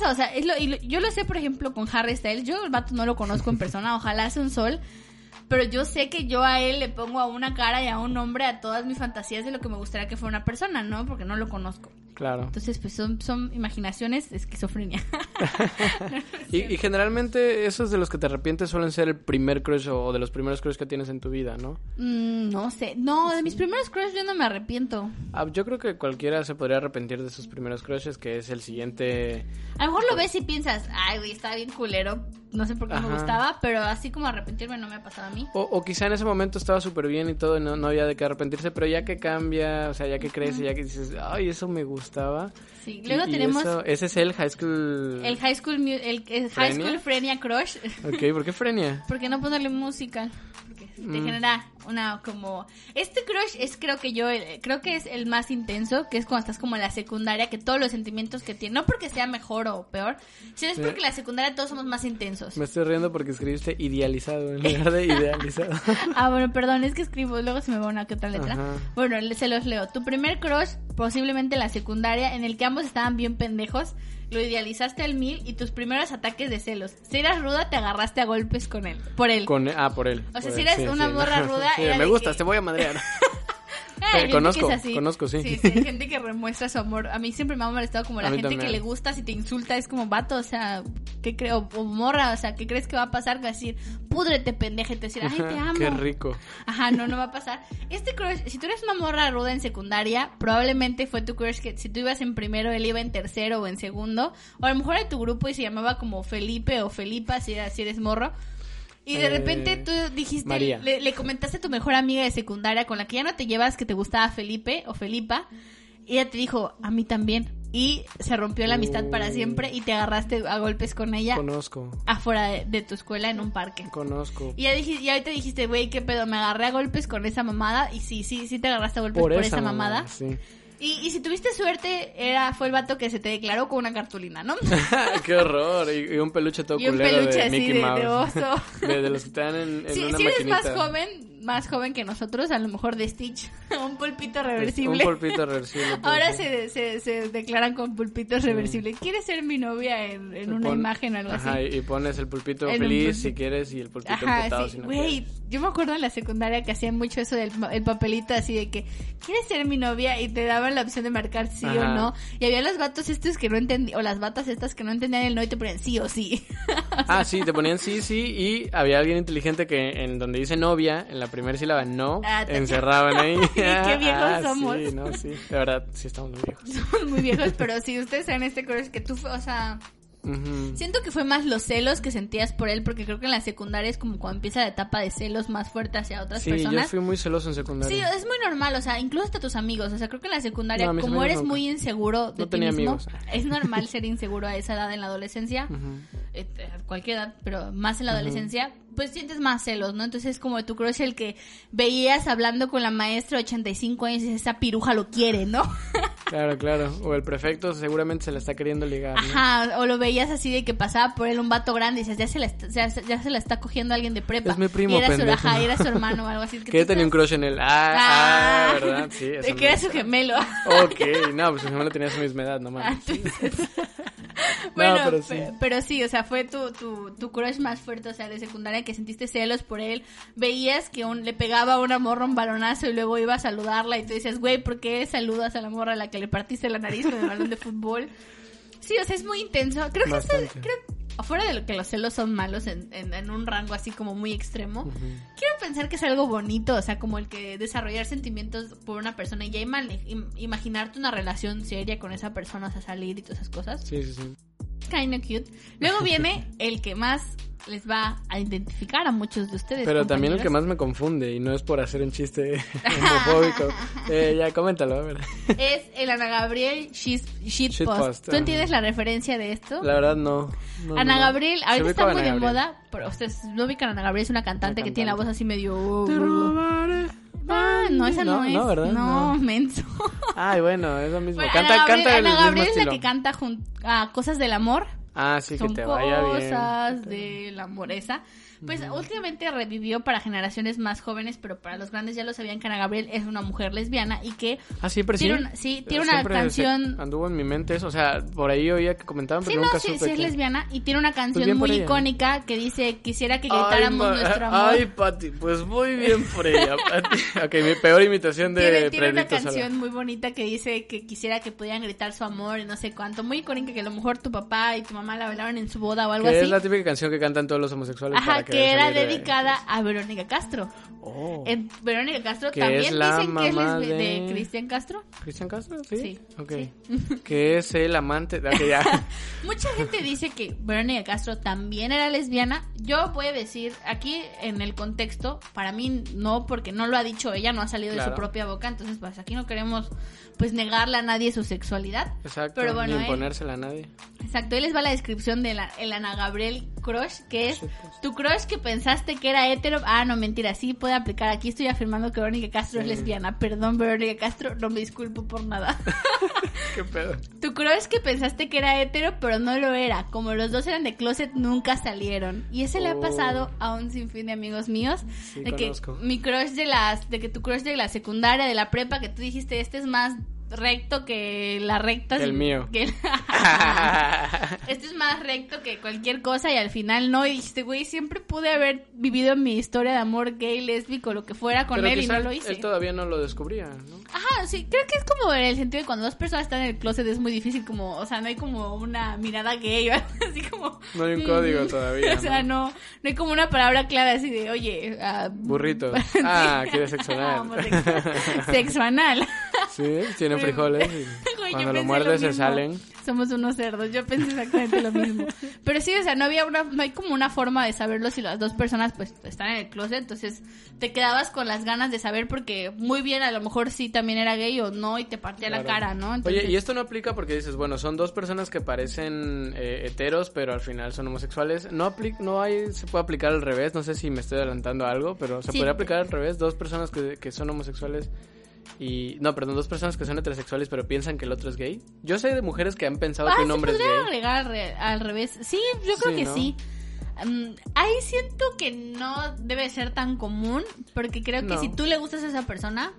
o sea, es lo- y lo- yo lo sé, por ejemplo, con Harry Styles. Yo el vato no lo conozco en persona, *laughs* ojalá hace un sol. Pero yo sé que yo a él le pongo a una cara y a un nombre a todas mis fantasías de lo que me gustaría que fuera una persona, ¿no? Porque no lo conozco. *laughs*
Claro.
Entonces, pues son, son imaginaciones de esquizofrenia. *laughs*
Y, y generalmente esos de los que te arrepientes suelen ser el primer crush o, o de los primeros crush que tienes en tu vida, ¿no?
Mm, no sé. No, de mis primeros crush yo no me arrepiento.
Ah, yo creo que cualquiera se podría arrepentir de sus primeros crushes, que es el siguiente...
A lo mejor lo ves y piensas, ay, güey, está bien culero. No sé por qué me
Ajá.
gustaba, pero así como arrepentirme no me ha pasado a mí.
O, o quizá en ese momento estaba súper bien y todo, y no, no había de qué arrepentirse, pero ya que cambia, o sea, ya que crece, ya que dices, ay, eso me gustaba.
Sí,
Y-
luego
y
tenemos
eso- ese es el high school...
el High School, Mu- el, el High
¿Frenia?
School Frenia Crush. *laughs*
Ok, ¿por qué frenia?
¿Por qué no ponerle música? Porque
Mm.
te genera una como... Este crush es creo que yo, el- creo que es el más intenso, que es cuando estás como en la secundaria, que todos los sentimientos que tienes, no porque sea mejor o peor, sino es
Sí.
porque en la secundaria todos somos más intensos.
Me estoy riendo porque escribiste idealizado en lugar
*laughs*
de idealizado.
Ah, bueno, perdón, es que escribo, luego se me va una que otra letra.
Ajá.
Bueno, le- se los leo. Tu primer crush, posiblemente en la secundaria, en el que ambos estaban bien pendejos, lo idealizaste al mil y tus primeros ataques de celos. Si eras ruda, te agarraste a golpes con él, por él.
Con, ah, por él.
O
por
sea, si
él,
eras una morra
no.
ruda,
Sí,
era
me
de
gustas,
que-
te voy a madrear.
Ah, hay gente
conozco,
que es así.
conozco, sí.
sí.
*laughs*
hay gente que remuestra su amor. A mí siempre me ha molestado como la
A mí
gente que
también.
le gusta, si te insulta, es como vato, o sea, ¿qué creo? O morra, o sea, ¿qué crees que va a pasar? Que va a decir, púdrete, pendeje, te decir, ay, te amo.
*laughs* Qué rico.
Ajá, no, no va a pasar. Este crush, si tú eres una morra ruda en secundaria, probablemente fue tu crush que si tú ibas en primero, él iba en tercero o en segundo. O a lo mejor era tu grupo y se llamaba como Felipe o Felipa, si, era- si eres morro. Y de
Eh,
repente tú dijiste,
María.
le, le comentaste a tu mejor amiga de secundaria con la que ya no te llevas que te gustaba Felipe o Felipa. Y ella te dijo, a mí también. Y se rompió la amistad para
Uh.
siempre y te agarraste a golpes con ella
Conozco,
afuera de- de tu escuela en un parque.
conozco.
Y ya, dijiste, y ahorita dijiste, güey, qué pedo, me agarré a golpes con esa mamada. Y sí, sí, sí te agarraste a golpes por, esa, mamada.
Sí. *laughs*
Y, y si tuviste suerte, era fue el vato que se te declaró con una
*laughs*
cartulina, ¿no?
Qué horror. Y, y un peluche todo
Y un
culero
peluche
de
así
Mickey
de-
Mouse.
de oso.
*laughs* De, de los que te dan en, en
si
una
si eres más
maquinita.
joven, más joven que nosotros, a lo mejor de Stitch, *laughs* un pulpito reversible.
Un polpito
*laughs*
reversible. puede
Ahora
ser.
se, se, se declaran con pulpitos reversibles. ¿Quieres ser mi novia en, en una
Pon-
imagen o algo
Ajá,
así?
y- y pones el pulpito
En un
feliz
pulpito.
si quieres y el pulpito
Ajá,
emputado
sí.
si no
Güey,
quieres.
yo me acuerdo en la secundaria que hacían mucho eso del ma- el papelito así de que, ¿quieres ser mi novia? Y te daban la opción de marcar sí o
Ajá.
no. Y había los vatos estos que no entendían, o las vatas estas que no entendían el no y te ponían sí o sí. *laughs*
Ah, sí, te ponían sí, sí y había alguien inteligente que en donde dice novia, en la primera sílaba no,
Ah, te-
encerraban
*laughs*
ahí.
Qué viejos
Ah,
somos.
Sí, no, sí. De verdad, sí estamos muy viejos.
Somos muy viejos, pero si ustedes saben este color es que tú, fue- o sea,
Ujú.
siento que fue más los celos que sentías por él, porque creo que en la secundaria es como cuando empieza la etapa de celos más fuerte hacia otras
Sí,
personas.
yo fui muy celoso en secundaria.
Sí, es muy normal, o sea, incluso hasta tus amigos, o sea, creo que en la secundaria,
No, a mis
como
amigos
eres
nunca.
muy inseguro de
No
ti
tenía
mismo,
amigos.
*laughs* es normal ser inseguro a esa edad en la adolescencia,
Ujú.
eh, a cualquier edad, pero más en la adolescencia, pues sientes más celos, ¿no? Entonces es como tu crush el que veías hablando con la maestra de 85 años y dices, esa piruja lo quiere, ¿no? *laughs*
Claro, claro. O el prefecto seguramente se la está queriendo ligar. ¿no?
Ajá, o lo veías así de que pasaba por él un vato grande y dices, ya se la está, ya, se- ya se la está cogiendo alguien de prepa.
Es mi primo,
y era su,
pendejo.
ajá, era su hermano o
*laughs*
algo así.
Que yo
tú
tenía un
*laughs* estás-
crush en él. Ah, ah, ¿verdad? Sí,
de
eso
que
no.
era su gemelo.
Ok, no, pues mi gemelo tenía su misma edad, no
Ah,
mames.
entonces-
*laughs*
bueno, pe- pero
pero
sí.
sí.
pero sí, o sea, fue tu, tu, tu crush más fuerte, o sea, de secundaria, que sentiste celos por él. Veías que un- le pegaba a una morra un balonazo y luego iba a saludarla y tú dices, güey, ¿por qué saludas a la morra a la que le partiste la nariz con el balón de fútbol? Sí, o sea, es muy intenso. Creo que eso-
Bastante.
creo- afuera de lo que los celos son malos en, en- en un rango así como muy extremo, quiero pensar que es algo bonito, o sea, como el que desarrollar sentimientos por una persona y ya ima- im- imaginarte una relación seria con esa persona, o sea, salir y todas esas cosas.
Sí, sí, sí.
Es kinda cute. Luego
*laughs*
viene el que más les va a identificar a muchos de ustedes.
Pero también el que
compañeros.
más me confunde, y no es por hacer un
*laughs*
chiste homofóbico. Eh, ya, coméntalo, a ver.
es el Ana Gabriel Shis- Shitpost.
Shitpost,
¿Tú
ajá.
entiendes la referencia de esto?
La verdad, no. No,
Ana
no.
Gabriel,
Se
ahorita
ubica
está
a
muy
Ana
de
Gabriel.
moda, pero ustedes no ubican a Ana Gabriel, es una cantante que
cantante.
tiene la voz así medio...
Te robaré.
Ah, no, esa no,
No,
es.
no, ¿verdad?
No,
No.
menso.
Ay, bueno, es lo mismo.
Bueno,
canta,
Ana Gabriel,
canta el
Ana
mismo
Gabriel es la
estilo.
que canta jun- ah, Cosas del Amor.
Ah, sí, que
Son
te vaya bien.
cosas de la amoreza. Pues últimamente revivió para generaciones más jóvenes, pero para los grandes ya lo sabían que Ana Gabriel es una mujer lesbiana y que
Ah, siempre sí.
Tiene una- sí, tiene una
Siempre se-
canción-
Anduvo en mi mente eso, o sea, por ahí oía que comentaban,
Sí,
pero
no,
nunca
sí,
supe
sí es
quién.
lesbiana y tiene una canción
bien por
muy
ella.
icónica que dice quisiera que
Ay,
gritáramos
ma-
nuestro amor.
Ay, Pati, pues muy bien por ella, Pati. Ok, mi peor imitación de
tiene, tiene una
Pedrito Sola.
canción muy bonita que dice que quisiera que pudieran gritar su amor y no sé cuánto. Muy icónica que a lo mejor tu papá y tu mamá la bailaron en su boda o algo
Que
así.
es la típica canción que cantan todos los homosexuales.
Ajá,
para
que
querer
era
salir de-
dedicada a Verónica Castro.
Oh.
En- Verónica Castro
Que
también
es la
dicen que es
mamá
lesbe- de,
de-
Cristian Castro.
¿Cristian Castro? Sí.
Sí,
Ok.
sí.
*laughs* Que es el amante. ok, ya.
*laughs* Mucha gente dice que Verónica Castro también era lesbiana. Yo voy a decir aquí en el contexto, para mí no, porque no lo ha dicho ella, no ha salido de
Claro.
su propia boca. Entonces, pues aquí no queremos pues negarle a nadie su sexualidad.
Exacto.
Pero bueno, ¿eh?
ni
él-
imponérsela a
*laughs*
nadie.
Exacto, ahí les va la descripción de la, el Ana Gabriel Crush, que es tu crush que pensaste que era hetero. Ah, no, mentira, sí puede aplicar. Aquí estoy afirmando que Verónica Castro es lesbiana. Perdón, Verónica Castro, no me disculpo
*laughs*
por nada.
¿Qué pedo?
tu crush que pensaste que era hetero, pero no lo era. Como los dos eran de closet, nunca salieron. Y ese le ha
Oh.
pasado a un sinfín de amigos míos.
Sí,
de que
conozco.
mi crush de las, de que tu crush de la secundaria, de la prepa, que tú dijiste, este es más recto que la recta.
*laughs*
*laughs*
Que el mío.
que la- Este es más recto que cualquier cosa y al final no. Y dijiste, güey, siempre pude haber vivido mi historia de amor gay, lésbico, lo que fuera con
Pero
él y
quizá
no
él-
lo hice.
Él todavía no lo descubría, ¿no?
Ajá, sí, creo que es como en el sentido de cuando dos personas están en el closet es muy difícil, como, o sea, no hay como una mirada gay *laughs* o algo así como.
No hay un código todavía,
*laughs* O sea, no, no hay como una palabra clara así de, oye. ah,
Burritos.
*laughs* sí.
Ah, quieres
*laughs*
sexo anal. *laughs*
homosexual. Sexo anal. *laughs*
Sí, tienen frijoles y
Güey, yo
cuando
pensé
lo muerdes se
mismo.
salen.
Somos unos cerdos, yo pensé exactamente lo mismo. Pero sí, o sea, no había una, no hay como una forma de saberlo si las dos personas pues están en el closet, entonces te quedabas con las ganas de saber porque muy bien a lo mejor sí también era gay o no y te partía la
Claro.
cara, ¿no?
Oye, y esto no aplica porque dices, bueno, son dos personas que parecen eh, heteros, pero al final son homosexuales. No apli no hay, se puede aplicar al revés, no sé si me estoy adelantando a algo, pero se
Sí.
podría aplicar al revés, dos personas que, que son homosexuales y... No, perdón, dos personas que son heterosexuales pero piensan que el otro es gay. Yo sé de mujeres que han pensado
Ah,
que
sí
un hombre es
podría
gay.
agregar al re- al revés. Sí, yo creo
Sí,
que
¿no?
sí. Mm, ahí siento que no debe ser tan común, porque creo que
No.
si tú le gustas a esa persona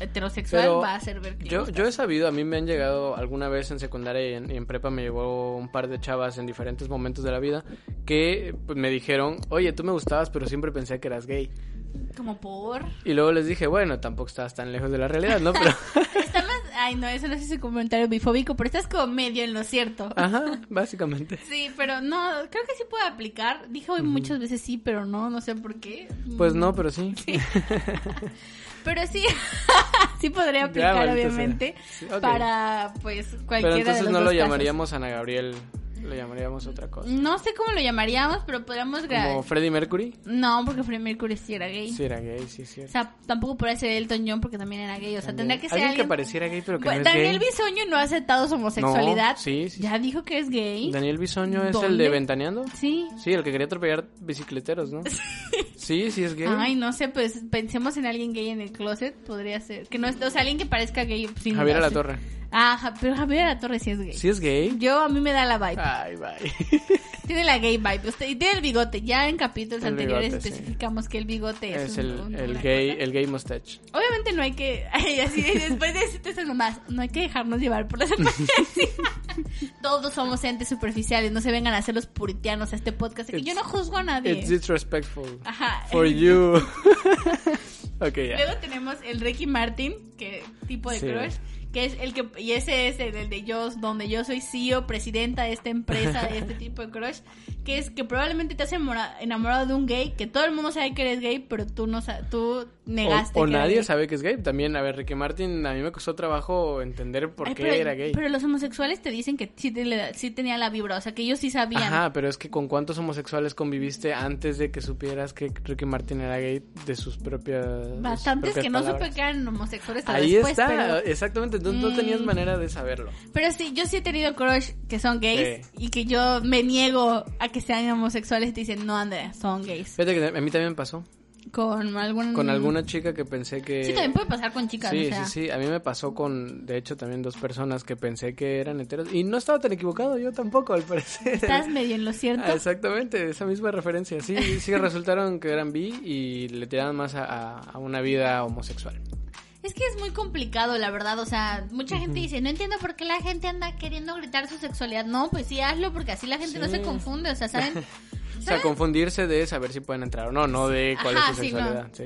heterosexual,
Pero
va a hacer ver que le
Yo,
gustas.
yo he sabido, a mí me han llegado alguna vez en secundaria y en, y en prepa me llegó un par de chavas en diferentes momentos de la vida que pues, me dijeron, oye, tú me gustabas pero siempre pensé que eras gay.
Como por...
Y luego les dije, bueno, tampoco estabas tan lejos de la realidad, ¿no?
*laughs*
Pero,
Está más... Ay, no, eso no es ese comentario bifóbico, pero estás como medio en lo cierto.
ajá, básicamente.
Sí, pero no, creo que sí puede aplicar. Dije hoy muchas veces sí, pero no, no sé por qué. Mm.
Pues no, pero sí.
Pero sí, *laughs* sí podría
Ya,
aplicar,
maldita
obviamente,
sea. Sí, ok.
para, pues, cualquiera
Pero
de
entonces
los
no
dos
lo
casos.
llamaríamos Ana Gabriel, lo llamaríamos otra cosa.
No sé cómo lo llamaríamos, pero podríamos gra-
Como Freddie Mercury.
No, porque Freddie Mercury sí era gay.
Sí, era gay, sí, es
O
cierto.
sea, tampoco podría ser Elton John porque también era gay. O sea,
También.
tendría que ser
Alguien
alguien...
que pareciera gay, pero que
Bueno,
no es
Daniel
gay.
Bisoño no ha aceptado su homosexualidad.
sí, sí.
Ya dijo que es gay.
Daniel Bisoño es el
¿Dónde?
de Ventaneando.
Sí.
Sí, el que quería atropellar bicicleteros,
*laughs*
¿no? Sí, sí es gay.
Ay, no sé, pues pensemos en alguien gay en el closet, podría ser. Que no, es- o sea, alguien que parezca gay. pues, Sin
Javier Alatorre.
Ah, Ja- pero Javier Alatorre sí es gay.
¿Sí Ah. es gay?
Yo, a mí me da la vibe.
Ay, bye.
Tiene la gay vibe. Usted, y tiene el bigote. Ya en capítulos
El
anteriores
bigote, sí.
especificamos que el bigote
*laughs* es
es, un-
el,
un-
el
una
gay, eh.
cosa.
el gay mustache.
Obviamente no hay que. *laughs* ay, así, después de decirte esas nomás, no hay que dejarnos
*laughs*
llevar por las *laughs* apariencias. Todos somos entes superficiales. No se vengan a hacer los puritianos a este podcast. que yo
It's-
no juzgo a nadie.
It's
*laughs*
disrespectful.
Ajá.
For
*laughs*
you. *laughs* ok, ya.
Luego tenemos el Ricky Martin, que tipo de
Sí.
crush, que es el que y ese es el, el de yo donde yo soy CEO, presidenta de esta empresa,
*laughs*
de este tipo de crush, que es que probablemente te has enamora- enamorado de un gay, que todo el mundo sabe que eres gay, pero tú no sa- tú negaste
O, o
que eras
nadie
gay.
sabe que es gay. También, a ver, Ricky Martin, a mí me costó trabajo entender por
Ay,
qué
pero,
era gay.
pero los homosexuales te dicen que sí, te- le- sí tenía la vibra, o sea, que ellos sí sabían.
Ajá, pero es que con cuántos homosexuales conviviste antes de que supieras que Ricky Martin era gay de sus propias.
Bastantes que no supe
supieron
que eran homosexuales. hasta
pues, Ahí
después,
está,
pero- Mm.
exactamente. Entonces no tenías manera de saberlo.
Pero sí, yo sí he tenido crush que son gays
Sí.
y que yo me niego a que sean homosexuales y te dicen, no, Andrea, son gays.
Fíjate que a mí también me pasó.
Con algún...
Con alguna chica que pensé que.
Mm. Sí, también puede pasar con chicas,
Sí,
o sea.
sí, sí. A mí me pasó con, de hecho, también dos personas que pensé que eran heteros. Y no estaba tan equivocado, yo tampoco, al parecer. *laughs*
Estás medio en lo cierto.
Ah, exactamente, esa misma referencia. Sí, sí resultaron que eran bi y le tiraban más a, a- a una vida homosexual.
Es que es muy complicado, la verdad. O sea, mucha gente dice, no entiendo por qué la gente anda queriendo gritar su sexualidad. No, pues sí, hazlo porque así la gente no se confunde. O
*laughs*
sea, ¿saben?
O sea, confundirse de saber si pueden entrar o no, no de cuál
Ajá,
es su
sí, no.
sexualidad. Sí,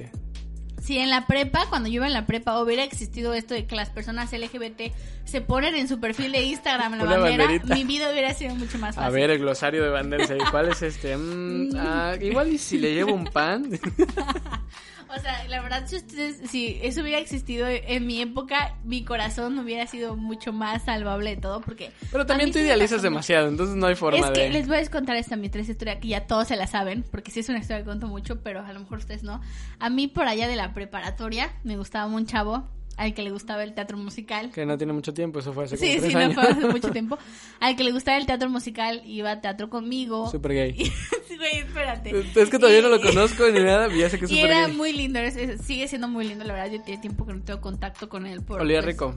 Si en la prepa, cuando yo iba en la prepa, hubiera existido esto de que las personas LGBT se ponen en su perfil de Instagram la
Una
bandera,
banderita.
mi vida hubiera sido mucho más fácil.
A ver, el glosario de banderas. ¿y ¿Cuál es este?
*laughs*
Mm, ah, igual y si le llevo un pan. *laughs*
O sea, la verdad, si ustedes, si eso hubiera existido en mi época, mi corazón hubiera sido mucho más salvable de todo, porque...
Pero
a
también
mí
tú
sí me
idealizas
pasó mucho.
demasiado, entonces no hay forma
Es que
de...
les voy a contar esta mi triste historia que ya todos se la saben, porque sí es una historia que cuento mucho, pero a lo mejor ustedes no. A mí por allá de la preparatoria me gustaba un chavo al que le gustaba el teatro musical.
Que no tiene mucho tiempo, eso fue hace como
Sí,
tres
sí, no
años.
fue hace
*laughs*
mucho tiempo. Al que le gustaba el teatro musical iba a teatro
*laughs*
conmigo.
Súper gay.
*laughs* Sí, Güey, espérate.
Este, Es que todavía no lo
Y-
conozco ni nada, ya sé que es
Y
súper
era
gay.
muy lindo, es- es- sigue siendo muy lindo, la verdad. Yo tenía tiempo que no tengo contacto con él. Por,
Olía
pues,
rico,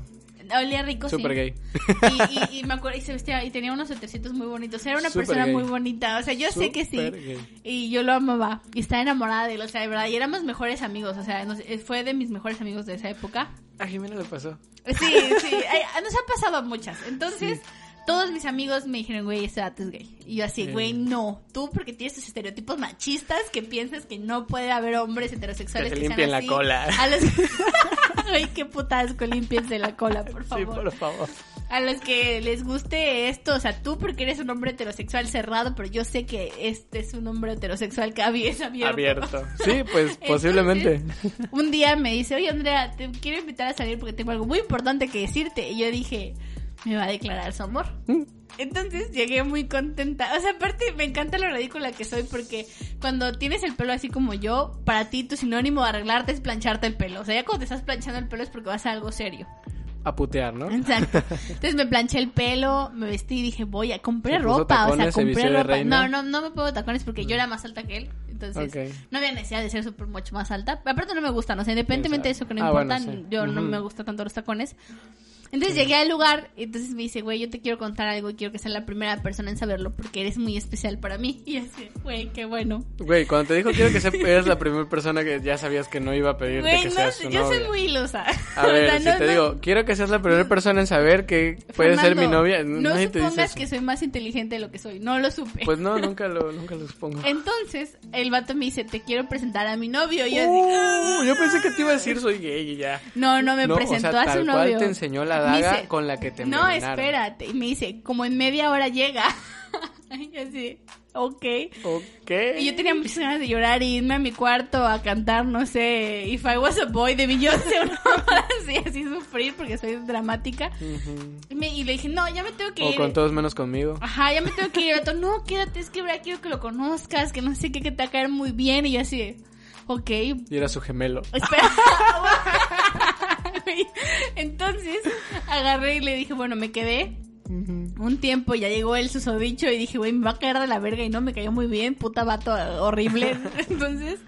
Olía rico, sí.
súper gay.
Y, y- y me acuerdo, y se vestía, y tenía unos suetercitos muy bonitos. Era una
Súper
persona
gay.
muy bonita, o sea, yo sé que sí.
Súper gay.
Y yo lo amaba, y estaba enamorada de él, o sea, de verdad. Y éramos mejores amigos, o sea, nos- fue de mis mejores amigos de esa época.
A Jimena le pasó. *laughs*
eh, Sí, sí, ay, nos ha pasado muchas. Entonces, Todos mis amigos me dijeron, güey, ese vato es gay. Y yo así, güey, no. Tú porque tienes tus estereotipos machistas que piensas que no puede haber hombres heterosexuales
Que se
sean
limpien la
así.
cola.
A los... *laughs* Güey, qué puta asco, límpiense la cola, por
Sí,
favor.
por favor.
A los que les guste esto, o sea, tú porque eres un hombre heterosexual cerrado, pero yo sé que este es un hombre heterosexual que había- es abierto. *laughs*
Abierto. Sí, pues
Entonces,
posiblemente.
*laughs* Un día me dice, oye Andrea, te quiero invitar a salir porque tengo algo muy importante que decirte. Y yo dije, me va a declarar su amor. Entonces llegué muy contenta. O sea, aparte me encanta lo ridícula que soy porque cuando tienes el pelo así como yo, para ti tu sinónimo de arreglarte es plancharte el pelo. O sea, ya cuando te estás planchando el pelo es porque vas a algo serio.
A putear, ¿no? *laughs*
Exacto. Entonces me planché el pelo, me vestí y dije, voy a compré
Se puso
ropa, o sea,
tacones, se
compré
vistió de
ropa.
reina.
No, no, no me pongo tacones porque yo era más alta que él. Entonces,
Ok.
no había necesidad de ser súper mucho más alta. Aparte no me gustan, o sea, independientemente de eso que no
Ah, bueno,
importan,
sí.
yo no
Ujú.
me gustan tanto los tacones. Entonces llegué al lugar y entonces me dice, güey, yo te quiero contar algo y quiero que seas la primera persona en saberlo porque eres muy especial para mí. Y así, güey, qué bueno.
Güey, cuando te dijo quiero que seas eres la primera persona que ya sabías que no iba a pedirte
Güey,
que
no
seas
sé,
su
yo soy
novia.
muy ilusa. *laughs*
A ver, si te digo, quiero que seas la primera persona en saber que puedes ser mi
Fernando,
novia,
No
nadie te dice
supongas
eso.
que soy más inteligente de lo que soy. No lo supe.
Pues no, nunca lo, nunca lo supongo.
Entonces, el vato me dice, te quiero presentar a mi novio. Y yo así,
Uh, yo pensé que te iba a decir soy gay y ya.
no, no me
No, o sea,
presentó a
tal
su novio.
cual te enseñó la
Me
daga con la que te
No,
envenenaron".
espérate. Y me dice, como en media hora llega. *laughs* y yo así, ok.
Ok.
Y yo tenía muchas ganas de llorar y irme a mi cuarto a cantar, no sé, If I Was a Boy de Beyoncé *laughs* o no, así, así sufrir porque soy dramática. Y me- y le dije, no, ya me tengo que
O
ir.
con todos menos conmigo.
Ajá, ya me tengo que ir. El vato, no, quédate, es que Brea, quiero que lo conozcas, que no sé qué, que te va a caer muy bien. Y yo así, de, ok,
Y era su gemelo.
espera. *laughs* Entonces, agarré y le dije, bueno, me quedé. Un tiempo ya llegó el susodicho y dije, güey, me va a caer de la verga y no, me cayó muy bien, puta vato horrible. Entonces,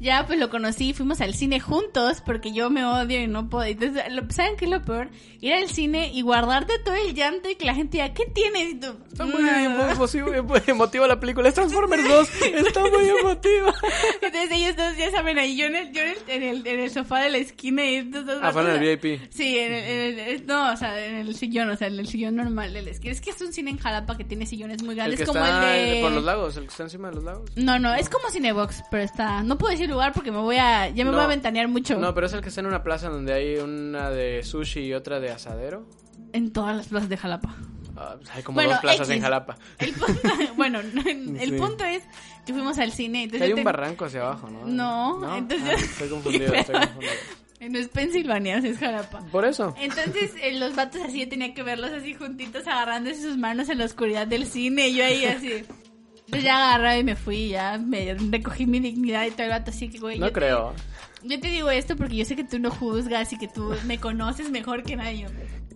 ya pues lo conocí, fuimos al cine juntos porque yo me odio y no puedo. Entonces, lo- ¿saben qué es lo peor? Ir al cine y guardarte todo el llanto y que la gente diga, ¿qué tienes? Y tú, "Mm,
Está muy
"Nada".
emotivo- muy emotiva la película. Es Transformers 2. Está muy emotiva.
Entonces ellos dos ya saben ahí, yo en el, yo en el, en el, en el sofá de la esquina y estos dos...
Ah, fueron
vatos-
al VIP.
Sí, en el, en el- no, o sea, en el sillón, o sea, en el sillón normal de la esquina. Es que es un cine en Jalapa que tiene sillones muy
El
grandes,
que
como
está
el de...
por los lagos, el que está encima de los lagos.
no, no, es como Cinebox, pero está... No puedo decir lugar porque me voy a... Ya me
No.
voy a ventanear mucho
No, pero es el que está en una plaza donde hay una de sushi y otra de asadero.
en todas las plazas de Jalapa.
Ah, pues hay como
Bueno,
dos plazas
X.
en Jalapa. *laughs*
El punto, bueno, el
Sí.
punto es que fuimos al cine. Entonces
hay
yo
un
ten-
barranco hacia abajo, ¿no?
No, entonces-
Ah, estoy confundido, estoy
*laughs*
confundido.
No es Pensilvania, es Jalapa.
Por eso.
Entonces eh, los vatos así yo tenía que verlos así juntitos agarrándose sus manos en la oscuridad del cine y yo ahí así. Entonces ya agarré y me fui, ya me recogí mi dignidad y todo el vato así que güey.
No
yo te-
creo.
yo te digo esto porque yo sé que tú no juzgas y que tú me conoces mejor que nadie.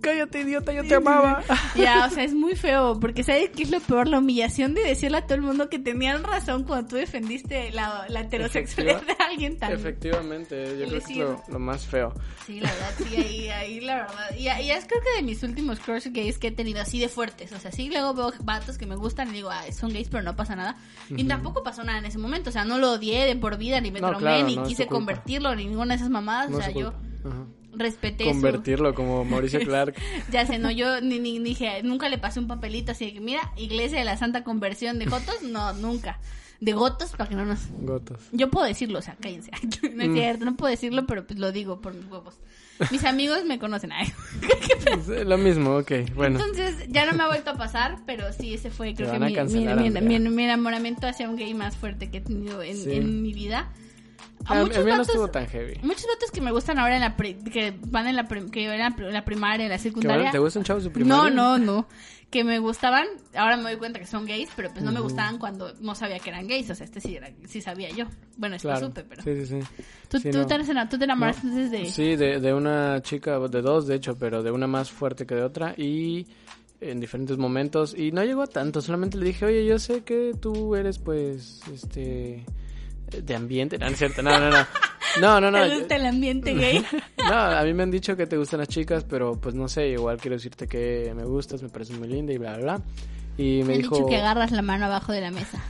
Cállate, idiota, yo te amaba.
*laughs* Ya, o sea, es muy feo porque ¿sabes qué es lo peor? La humillación de decirle a todo el mundo que tenían razón cuando tú defendiste la, la heterosexualidad de
Efectiva-
alguien tan...
Efectivamente, yo creo que es lo,
Imbécil.
lo más feo.
Sí, la verdad, sí, ahí, ahí la verdad. Y, y es creo que de mis últimos crush gays que he tenido así de fuertes. O sea, sí, luego veo vatos que me gustan y digo, ah, son gays, pero no pasa nada. Y tampoco pasó nada en ese momento. O sea, no lo odié de por vida, ni me
No,
tromé,
claro,
ni
no es
quise
tu culpa.
convertirlo, ni ninguna de esas mamadas.
No
o
es
sea,
su
yo
culpa. Ajá.
respeté su...
Convertirlo como Mauricio Clark.
*laughs* Ya sé, no, yo ni, ni- ni dije, nunca le pasé un papelito así de que, mira, Iglesia de la Santa Conversión de Jotos, no, nunca. De Gotos, para que no nos...
Gotos.
Yo puedo decirlo, o sea, cállense. *laughs* No es
Mm.
cierto, no puedo decirlo, pero pues lo digo por mis huevos. Mis amigos me conocen. *laughs* Ay, qué pedo.
Es Lo mismo, ok. Bueno,
Entonces, ya no me ha vuelto a pasar, pero sí, ese fue, creo
Te
que
van a
mi,
cancelar,
mi- mi-
Andrea.
mi- mi enamoramiento hacia un gay más fuerte que he tenido en,
Sí.
en mi vida.
Ah,
A muchos
el mío no
vatos-
estuvo tan heavy.
Muchos vatos que me gustan ahora en la pri- que van en la, prim- que yo en la, pri- en la primaria, en la
¿Qué bueno,
secundaria.
¿Te gustan chavos de
No,
primaria?
no, no. Que me gustaban, ahora me doy cuenta que son gays, pero pues no me gustaban cuando no sabía que eran gays. O sea, este sí, era, sí sabía yo. Bueno, esto
Claro.
supe, pero.
Sí, sí, sí.
Tú,
Sí,
tú,
no.
te, enamoras- tú te enamoraste
No.
desde...
Sí, de, de una chica, de dos de hecho, pero de una más fuerte que de otra y en diferentes momentos y no llegó a tanto, solamente le dije, oye, yo sé que tú eres pues, este, de ambiente, no, no es cierto, no, no,
*laughs*
no, no, no, no.
¿Te gusta el
*laughs*
ambiente gay?
No, a mí me han dicho que te gustan las chicas, pero pues no sé, igual quiero decirte que me gustas, me pareces muy linda y bla, bla, bla. Y me,
Me han
dijo,
dicho que agarras la mano abajo de
*laughs*
la mesa.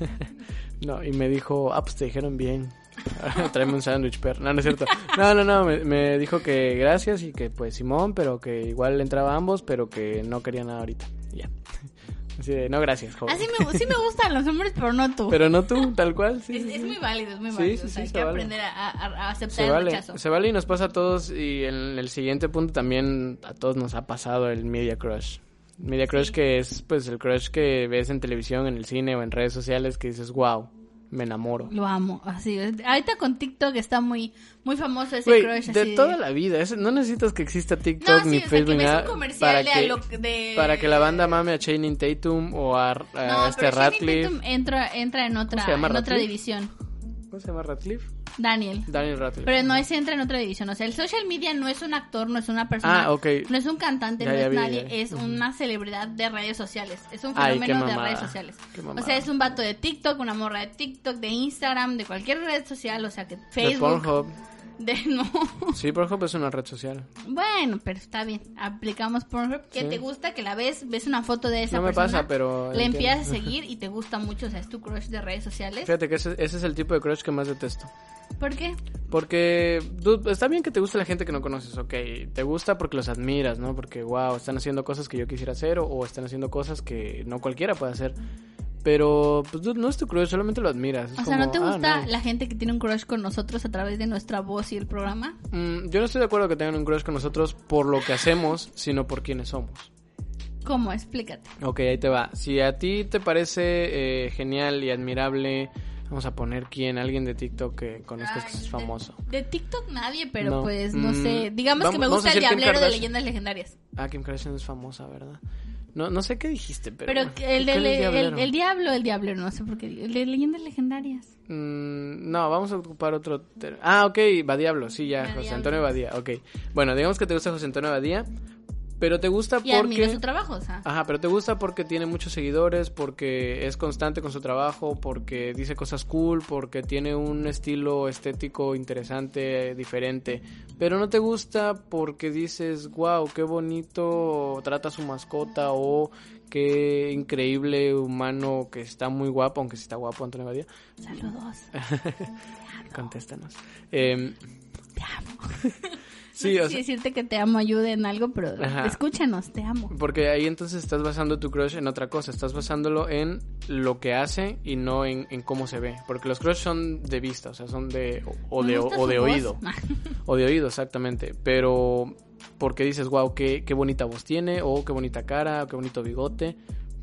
no, y me dijo, ah, pues te dijeron bien. *laughs* Tráeme un sándwich, perro. No, no es cierto. No, no, no. Me, me dijo que gracias y que pues Simón, pero que igual entraba a ambos, pero que no quería nada ahorita. Y Ya. *laughs* Así de, no, gracias, joven.
Así me, sí me gustan los hombres, pero no tú.
Pero no tú, tal cual. Sí,
es,
sí,
es
sí.
muy válido, es muy
Sí,
válido.
sí,
o
sí,
sea, hay
se
que
vale.
aprender a, a- a aceptar
Se
el
vale,
rechazo.
se vale y nos pasa a todos y en el siguiente punto también a todos nos ha pasado el media crush. Media crush que es pues el crush que ves en televisión, en el cine o en redes sociales que dices, wow, me enamoro.
Lo amo, así. es. Ahorita con TikTok está muy, muy famoso ese
Güey,
crush.
de
así
toda la vida, eso- no necesitas que exista
No,
TikTok
sí,
ni
o sea,
Facebook
que
ni
ves
nada
un comercial
para
de,
que,
a lo- de-
para que la banda mame a Channing Tatum o a, a
No,
este
pero Channing
Radcliffe.
Tatum entra, entra en otra,
se llama
en otra
Radcliffe?
división.
¿Cómo se llama Radcliffe?
Daniel.
Daniel Radcliffe.
Pero no ese entra en otra división. O sea, el social media no es un actor, no es una persona,
Ah, ok.
no es un cantante,
Ya,
no
ya
es
vi,
nadie,
ya vi.
es una celebridad de redes sociales. Es un
Ay, qué
fenómeno de
mamada.
redes sociales.
Qué
O
mamada.
sea, es un vato de TikTok, una morra de TikTok, de Instagram, de cualquier red social, o sea, que
De
Facebook.
Pornhub.
De *laughs* no.
Sí, Pornhub es una red social.
Bueno, pero está bien. Aplicamos Pornhub. ¿Qué
Sí.
te gusta? Que la ves, ves una foto de esa
No me
persona,
pasa, pero
La
entiendo.
empiezas a
*laughs*
seguir y te gusta mucho. O sea, es tu crush de redes sociales.
Fíjate que ese, ese es el tipo de crush que más detesto.
¿Por qué?
Porque dude, está bien que te guste la gente que no conoces, ok. Te gusta porque los admiras, ¿no? Porque, wow, están haciendo cosas que yo quisiera hacer o, o están haciendo cosas que no cualquiera puede hacer. Pero, pues, dude, no es tu crush, solamente lo admiras. Es
O sea, ¿no
como,
te
ah,
gusta
nice.
la gente que tiene un crush con nosotros a través de nuestra voz y el programa?
Mm, yo no estoy de acuerdo que tengan un crush con nosotros por lo que hacemos, sino por quienes somos.
¿Cómo? Explícate.
Ok, ahí te va. Si a ti te parece eh, genial y admirable, vamos a poner quién, alguien de TikTok que conozcas que
Ay,
es
de-
famoso.
De TikTok nadie, pero
No.
pues no
Mm,
sé. Digamos
vamos-
que me
vamos a
gusta el
decir Kim
diablero de
Kardashian.
leyendas legendarias.
Ah, Kim Kardashian es famosa, ¿verdad? No, no sé qué dijiste, pero...
Pero, el,
¿Cuál
del
es
el,
diablero?
el diablo, el diablero, no sé por qué. digo, El de leyendas legendarias.
Mm, no, vamos a ocupar otro... ter- Ah, ok, va Diablo, sí, ya,
Va
José
Diablo.
Antonio Badía, ok. Bueno, digamos que te gusta José Antonio Badía, pero te gusta
Y admiro
porque...
su trabajo, o sea.
Ajá, pero te gusta porque tiene muchos seguidores, porque es constante con su trabajo, porque dice cosas cool, porque tiene un estilo estético interesante, diferente. Pero no te gusta porque dices, wow, qué bonito trata a su mascota o qué increíble humano que está muy guapo, aunque sí está guapo Antonio Badía.
Saludos.
Contéstanos. Em,
Ah, Te amo.
*laughs* sí, o sea,
Sí, decirte que te amo ayuda en algo, pero
Ajá.
escúchanos, te amo.
Porque ahí entonces estás basando tu crush en otra cosa, estás basándolo en lo que hace y no en, en cómo se ve. Porque los crush son de vista, o sea, son de... o- o
Me
de,
gusta
o
su
de
voz. Ah.
oído. O de oído, exactamente. Pero porque dices, wow, qué, qué bonita voz tiene, o qué bonita cara, o qué bonito bigote.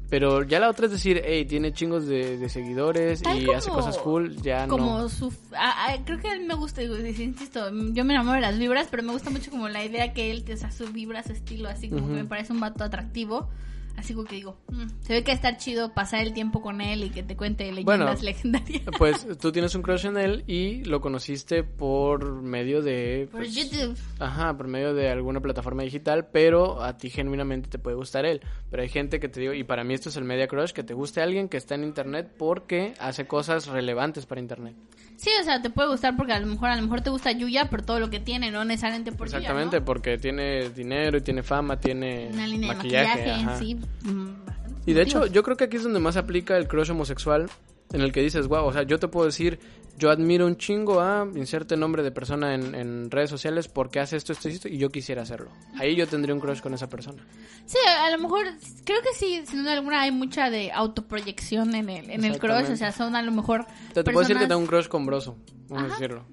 Pero ya la otra es decir, hey, tiene chingos de, de seguidores
Tal
y hace
como-
cosas cool, ya
como
Ah, no.
su a- a- creo que él me gusta digo, sí, insisto yo me enamoro de las vibras pero me gusta mucho como la idea que él o sea su vibra su estilo así como que me parece un vato atractivo así como que digo mm, se ve que va a estar chido pasar el tiempo con él y que te cuente leyendas
Bueno.
*laughs* legendarias
Pues tú tienes un crush en él y lo conociste por medio de...
por
pues,
YouTube
Ajá, por medio de alguna plataforma digital, pero a ti genuinamente te puede gustar él. Pero hay gente que te digo, y para mí esto es el media crush, que te guste alguien que está en internet porque hace cosas relevantes para internet.
sí o sea te puede gustar porque a lo mejor a lo mejor te gusta Yuya por todo lo que tiene no necesariamente por Yuya,
Exactamente,
¿no?
porque tiene dinero y tiene fama, tiene
una línea
maquillaje.
de maquillaje
ajá.
sí mm, bastantes
Y de hecho,
motivos.
yo creo que aquí es donde más aplica el crush homosexual, en el que dices, wow, o sea, yo te puedo decir, yo admiro un chingo a, inserte nombre de persona en, en redes sociales porque hace esto, esto y esto, y yo quisiera hacerlo. Ahí yo tendría un crush con esa persona.
Sí, a lo mejor, creo que sí, sin duda alguna hay mucha de autoproyección en el, en el crush,
Exactamente.
o sea, son a lo mejor
O sea, te puedo decir que
personas-
tengo un crush con Broso, vamos a decirlo.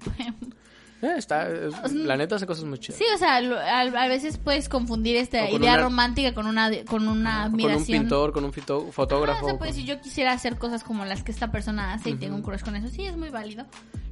Eh, está, es- la neta hace cosas muy chidas.
Sí, o sea, lo- a, a veces puedes confundir
O
esta
con
idea
una-
romántica con una, de- con una
O con un
admiración.
pintor, con un fito-
Ah,
fotógrafo.
o sea,
o
pues
con-
si yo quisiera hacer cosas como las que esta persona hace y tengo un crush con eso, sí, es muy válido.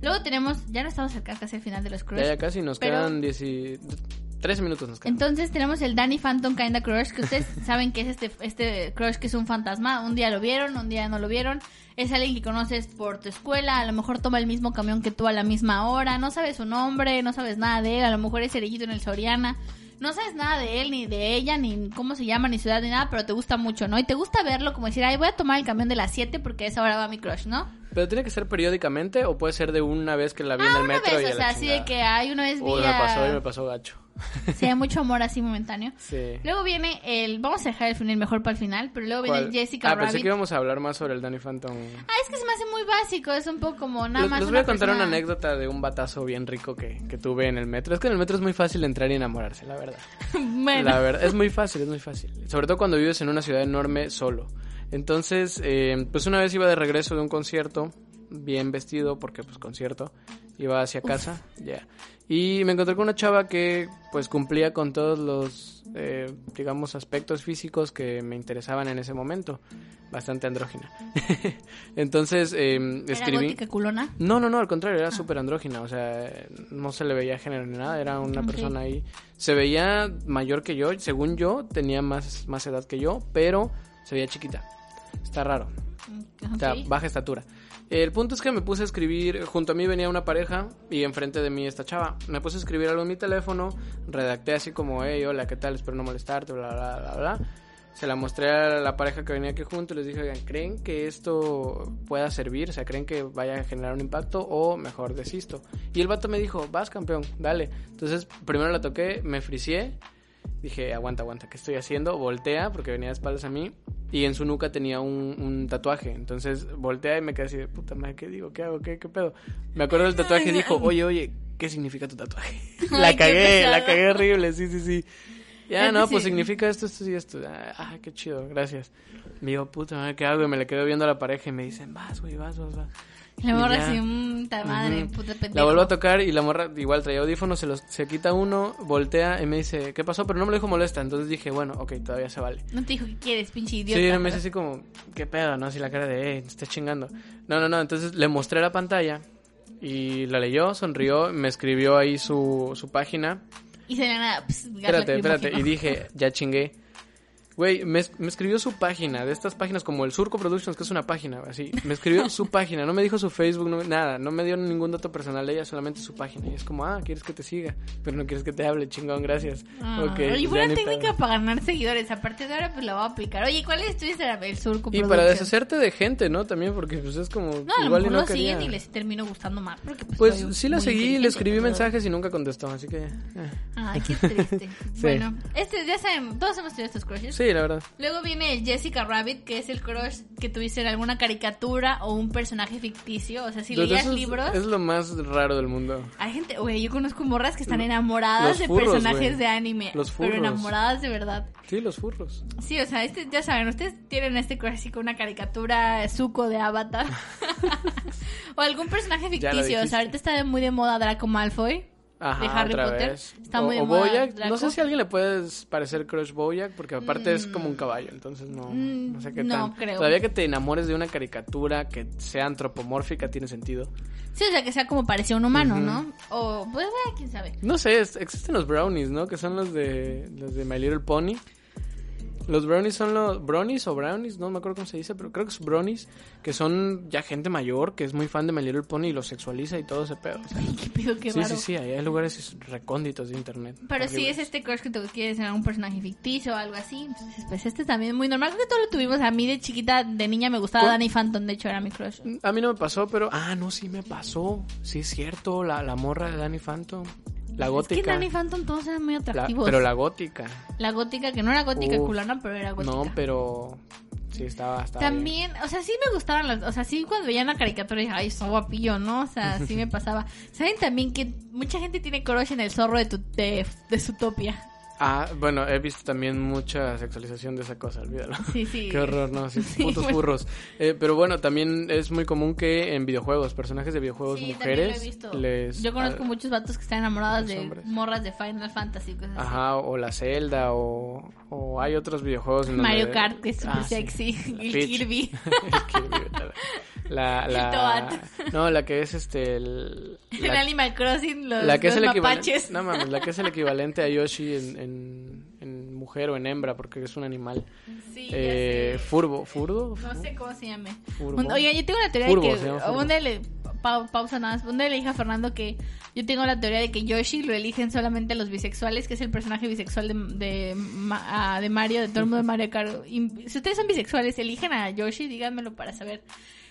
Luego tenemos, ya no estamos cerca casi al final de los crush.
Ya, ya casi nos
pero-
quedan 13 minutos nos quedan.
Entonces tenemos el Danny Phantom Kinda Crush, que
*laughs*
ustedes saben que es este, este crush que es un fantasma. Un día lo vieron, un día no lo vieron. Es alguien que conoces por tu escuela, a lo mejor toma el mismo camión que tú a la misma hora, no sabes su nombre, no sabes nada de él, a lo mejor es cerillito en el Soriana. No sabes nada de él, ni de ella, ni cómo se llama, ni ciudad, ni nada, pero te gusta mucho, ¿no? Y te gusta verlo como decir, ay, voy a tomar el camión de las 7 porque a esa hora va mi crush, ¿no?
Pero tiene que ser periódicamente o puede ser de una vez que la vi en
Ah,
el
una
metro y
vez,
a
o
la
sea, así de
chingada.
que, ay, una vez vi
Uy, me
a-
pasó y me pasó gacho. *laughs*
Sí, hay mucho amor así momentáneo.
Sí.
Luego viene el. Vamos a dejar el final mejor para el final, pero luego viene
¿Cuál?
Jessica
ah, pensé
Rabbit.
que íbamos a hablar más sobre el Danny Phantom.
Ah, es que se me hace muy básico, es un poco como nada
Les,
más.
les voy a
una
contar una
persona- *laughs*
anécdota de un batazo bien rico que, que tuve en el metro. Es que en el metro es muy fácil entrar y enamorarse, la verdad.
bueno,
La verdad, es muy fácil, es muy fácil. Sobre todo cuando vives en una ciudad enorme solo. Entonces, eh, pues una vez iba de regreso de un concierto, bien vestido, porque pues concierto, iba hacia casa, ya. Y me encontré con una chava que pues cumplía con todos los, eh, digamos, aspectos físicos que me interesaban en ese momento. Bastante andrógina. *laughs* Entonces, eh,
¿Era
escribí...
gótica culona?
No, no, no, al contrario, era súper andrógina, o sea, no se le veía género ni nada, era una
Ok.
persona ahí. Se veía mayor que yo, según yo, tenía más, más edad que yo, pero se veía chiquita. Está raro, o sea,
*laughs* Ok.
baja estatura. El punto es que me puse a escribir, junto a mí venía una pareja y enfrente de mí esta chava. Me puse a escribir algo en mi teléfono, redacté así como, hey, hola, ¿qué tal? Espero no molestarte, bla, bla, bla, bla. Se la mostré a la pareja que venía aquí junto y les dije, oigan, ¿creen que esto pueda servir? O sea, ¿creen que vaya a generar un impacto o mejor desisto? Y el vato me dijo, vas campeón, dale. Entonces, primero la toqué, me fricié, dije, aguanta, aguanta, ¿qué estoy haciendo? Voltea, porque venía de espaldas a mí, y en su nuca tenía un, un tatuaje. Entonces voltea y me quedé así de, puta madre, ¿qué digo? ¿Qué hago? ¿Qué, qué pedo? Me acuerdo del tatuaje y dijo, oye, oye, ¿qué significa tu tatuaje? la *laughs*
Ay, qué
cagué, la
pesado.
cagué horrible, sí, sí, sí. Ya,
Es
no, pues
decir-
significa esto, esto y esto. Ah, ah, qué chido, gracias. Me digo, puta madre, ¿qué hago? Y me le quedo viendo a la pareja y me dicen, vas, güey, vas, vas, vas.
La
Y
morra
ya.
así, mmm, ta madre,
Ujú.
puta pendejo.
La vuelvo a tocar y la morra igual traía audífonos, se los se quita uno, voltea y me dice, ¿qué pasó? Pero no me lo dijo molesta, entonces dije, bueno, ok, todavía se vale.
No te dijo que quieres, pinche idiota.
Sí, me dice así como, ¿qué pedo? No, así la cara de, eh, te estás chingando. No, no, no, entonces le mostré la pantalla y la leyó, sonrió, me escribió ahí su, su página.
Y se le nada, pues, gas
Espérate, espérate,
lacrimógeno.
y dije, ya chingué. Güey, me, es- me escribió su página, de estas páginas como el Surco Productions, que es una página, así. Me escribió su página, no me dijo su Facebook, no me- nada, no me dio ningún dato personal de ella, solamente su página. Y es como, ah, quieres que te siga, pero no quieres que te hable, chingón, gracias.
Ah,
Ok,
oye,
ya
buena
ni
técnica
pedo.
para ganar seguidores. A partir de ahora, pues la voy a aplicar. Oye, ¿cuál es tu Instagram? El Surco
Y para
Productions.
deshacerte de gente, ¿no? También, porque pues es como,
No, a lo
igual y
mejor
no
lo
quería.
siguen y les termino gustando más. Porque, pues,
Pues
soy
sí la
muy
seguí, le
inteligente,
escribí
pero-
mensajes y nunca contestó, así que... eh. *laughs*
Ay, qué triste.
Sí.
Bueno, este, ya sabemos, todos hemos tenido estos crushes.
Sí, la verdad.
Luego viene el Jessica Rabbit, que es el crush que tuviste en alguna caricatura o un personaje ficticio. O sea, si
Los de
leías
esos
libros.
Es lo más raro del mundo.
Hay gente, güey, yo conozco morras que están
los
enamoradas de
furros,
personajes
güey.
de anime.
Los
Pero
furros.
enamoradas de verdad.
Sí, los furros.
Sí, o sea, este, ya saben, ustedes tienen este crush así con una caricatura suco
*laughs*
de Avatar. o algún personaje
Ya lo
ficticio. O
dijiste.
sea, ahorita está de- muy de moda Draco Malfoy.
Ajá,
de Harry
otra
Potter.
vez.
Está
o,
muy de
o
moda
Bojack.
Draco.
No sé si a alguien le puede parecer crush Boyack, porque aparte es como un caballo, entonces no,
Mm,
no sé qué
no
tan.
creo.
Todavía que te enamores de una caricatura que sea antropomórfica tiene sentido.
Sí, o sea, que sea como parecía un humano, ¿no? O, pues, bueno, quién sabe. *laughs*
No sé, es- existen los brownies, ¿no? Que son los de los de My Little Pony. Los brownies son los brownies o brownies, no me acuerdo cómo se dice, pero creo que es brownies, que son ya gente mayor que es muy fan de My Little Pony y los sexualiza y todo ese pedo. o sea.
Qué pedo, qué
sí,
raro.
sí, sí, hay, hay lugares recónditos de internet.
Pero sí
horribles.
es este crush que te quieres en algún personaje ficticio o algo así. Entonces, pues este también es muy normal. Creo que todo lo tuvimos. A mí de chiquita, de niña me gustaba
¿Cuál?
Danny Phantom. De hecho, era mi crush.
A mí no me pasó, pero. Ah, no, sí me pasó. Sí es cierto, la, la morra de Danny Phantom. La gótica.
Es que Danny Phantom todos eran muy
La-
atractivos.
pero la gótica.
La gótica, que no era gótica
Uf.
culona, pero era gótica.
No, pero. Sí, estaba. estaba bien.
También, o sea, sí me gustaban las... O sea, sí cuando veía una caricatura dije, ay, son guapillo, ¿no? O sea, sí
*laughs*
me pasaba. ¿Saben también que mucha gente tiene crush en el zorro de, tu, de, de Zootopia?
Ah, bueno, he visto también mucha sexualización de esa cosa, olvídalo.
Sí, sí.
*laughs* Qué horror, no, sí,
*laughs* Sí,
putos
bueno.
burros. Eh, pero bueno, también es muy común que en videojuegos, personajes de videojuegos
Sí, también lo he
mujeres
visto.
les
Yo conozco
al-
muchos vatos que están enamorados
los
de
hombres.
morras de Final Fantasy, cosas así. *laughs*
Ajá, o la Zelda, o, o hay otros videojuegos. en donde-
Mario Kart, que es súper
Ah, sí.
sexy.
La
El
Peach.
Kirby.
El *laughs* Kirby, ¿verdad? La,
*laughs* El
la,
Toad.
no, la que es este. El,
El Animal Crossing, los,
la que es
los
el
mapaches.
equivalente. No mames, la que es el equivalente
*laughs*
a Yoshi en, en, en mujer o en hembra, porque es un animal.
Sí, ya
Eh,
sé.
furbo, furdo.
No sé cómo se llame.
Furbo.
Un- Oiga, yo tengo la teoría
Furbo,
de
se
que.
llama Furbo.
Una le, pa- pausa nada más. Una le dije a Fernando que yo tengo la teoría de que Yoshi lo eligen solamente los bisexuales, que es el personaje bisexual de, de, Ma- ah, de Mario, de todo el mundo de Mario Kart. Y si ustedes son bisexuales, eligen a Yoshi, díganmelo para saber.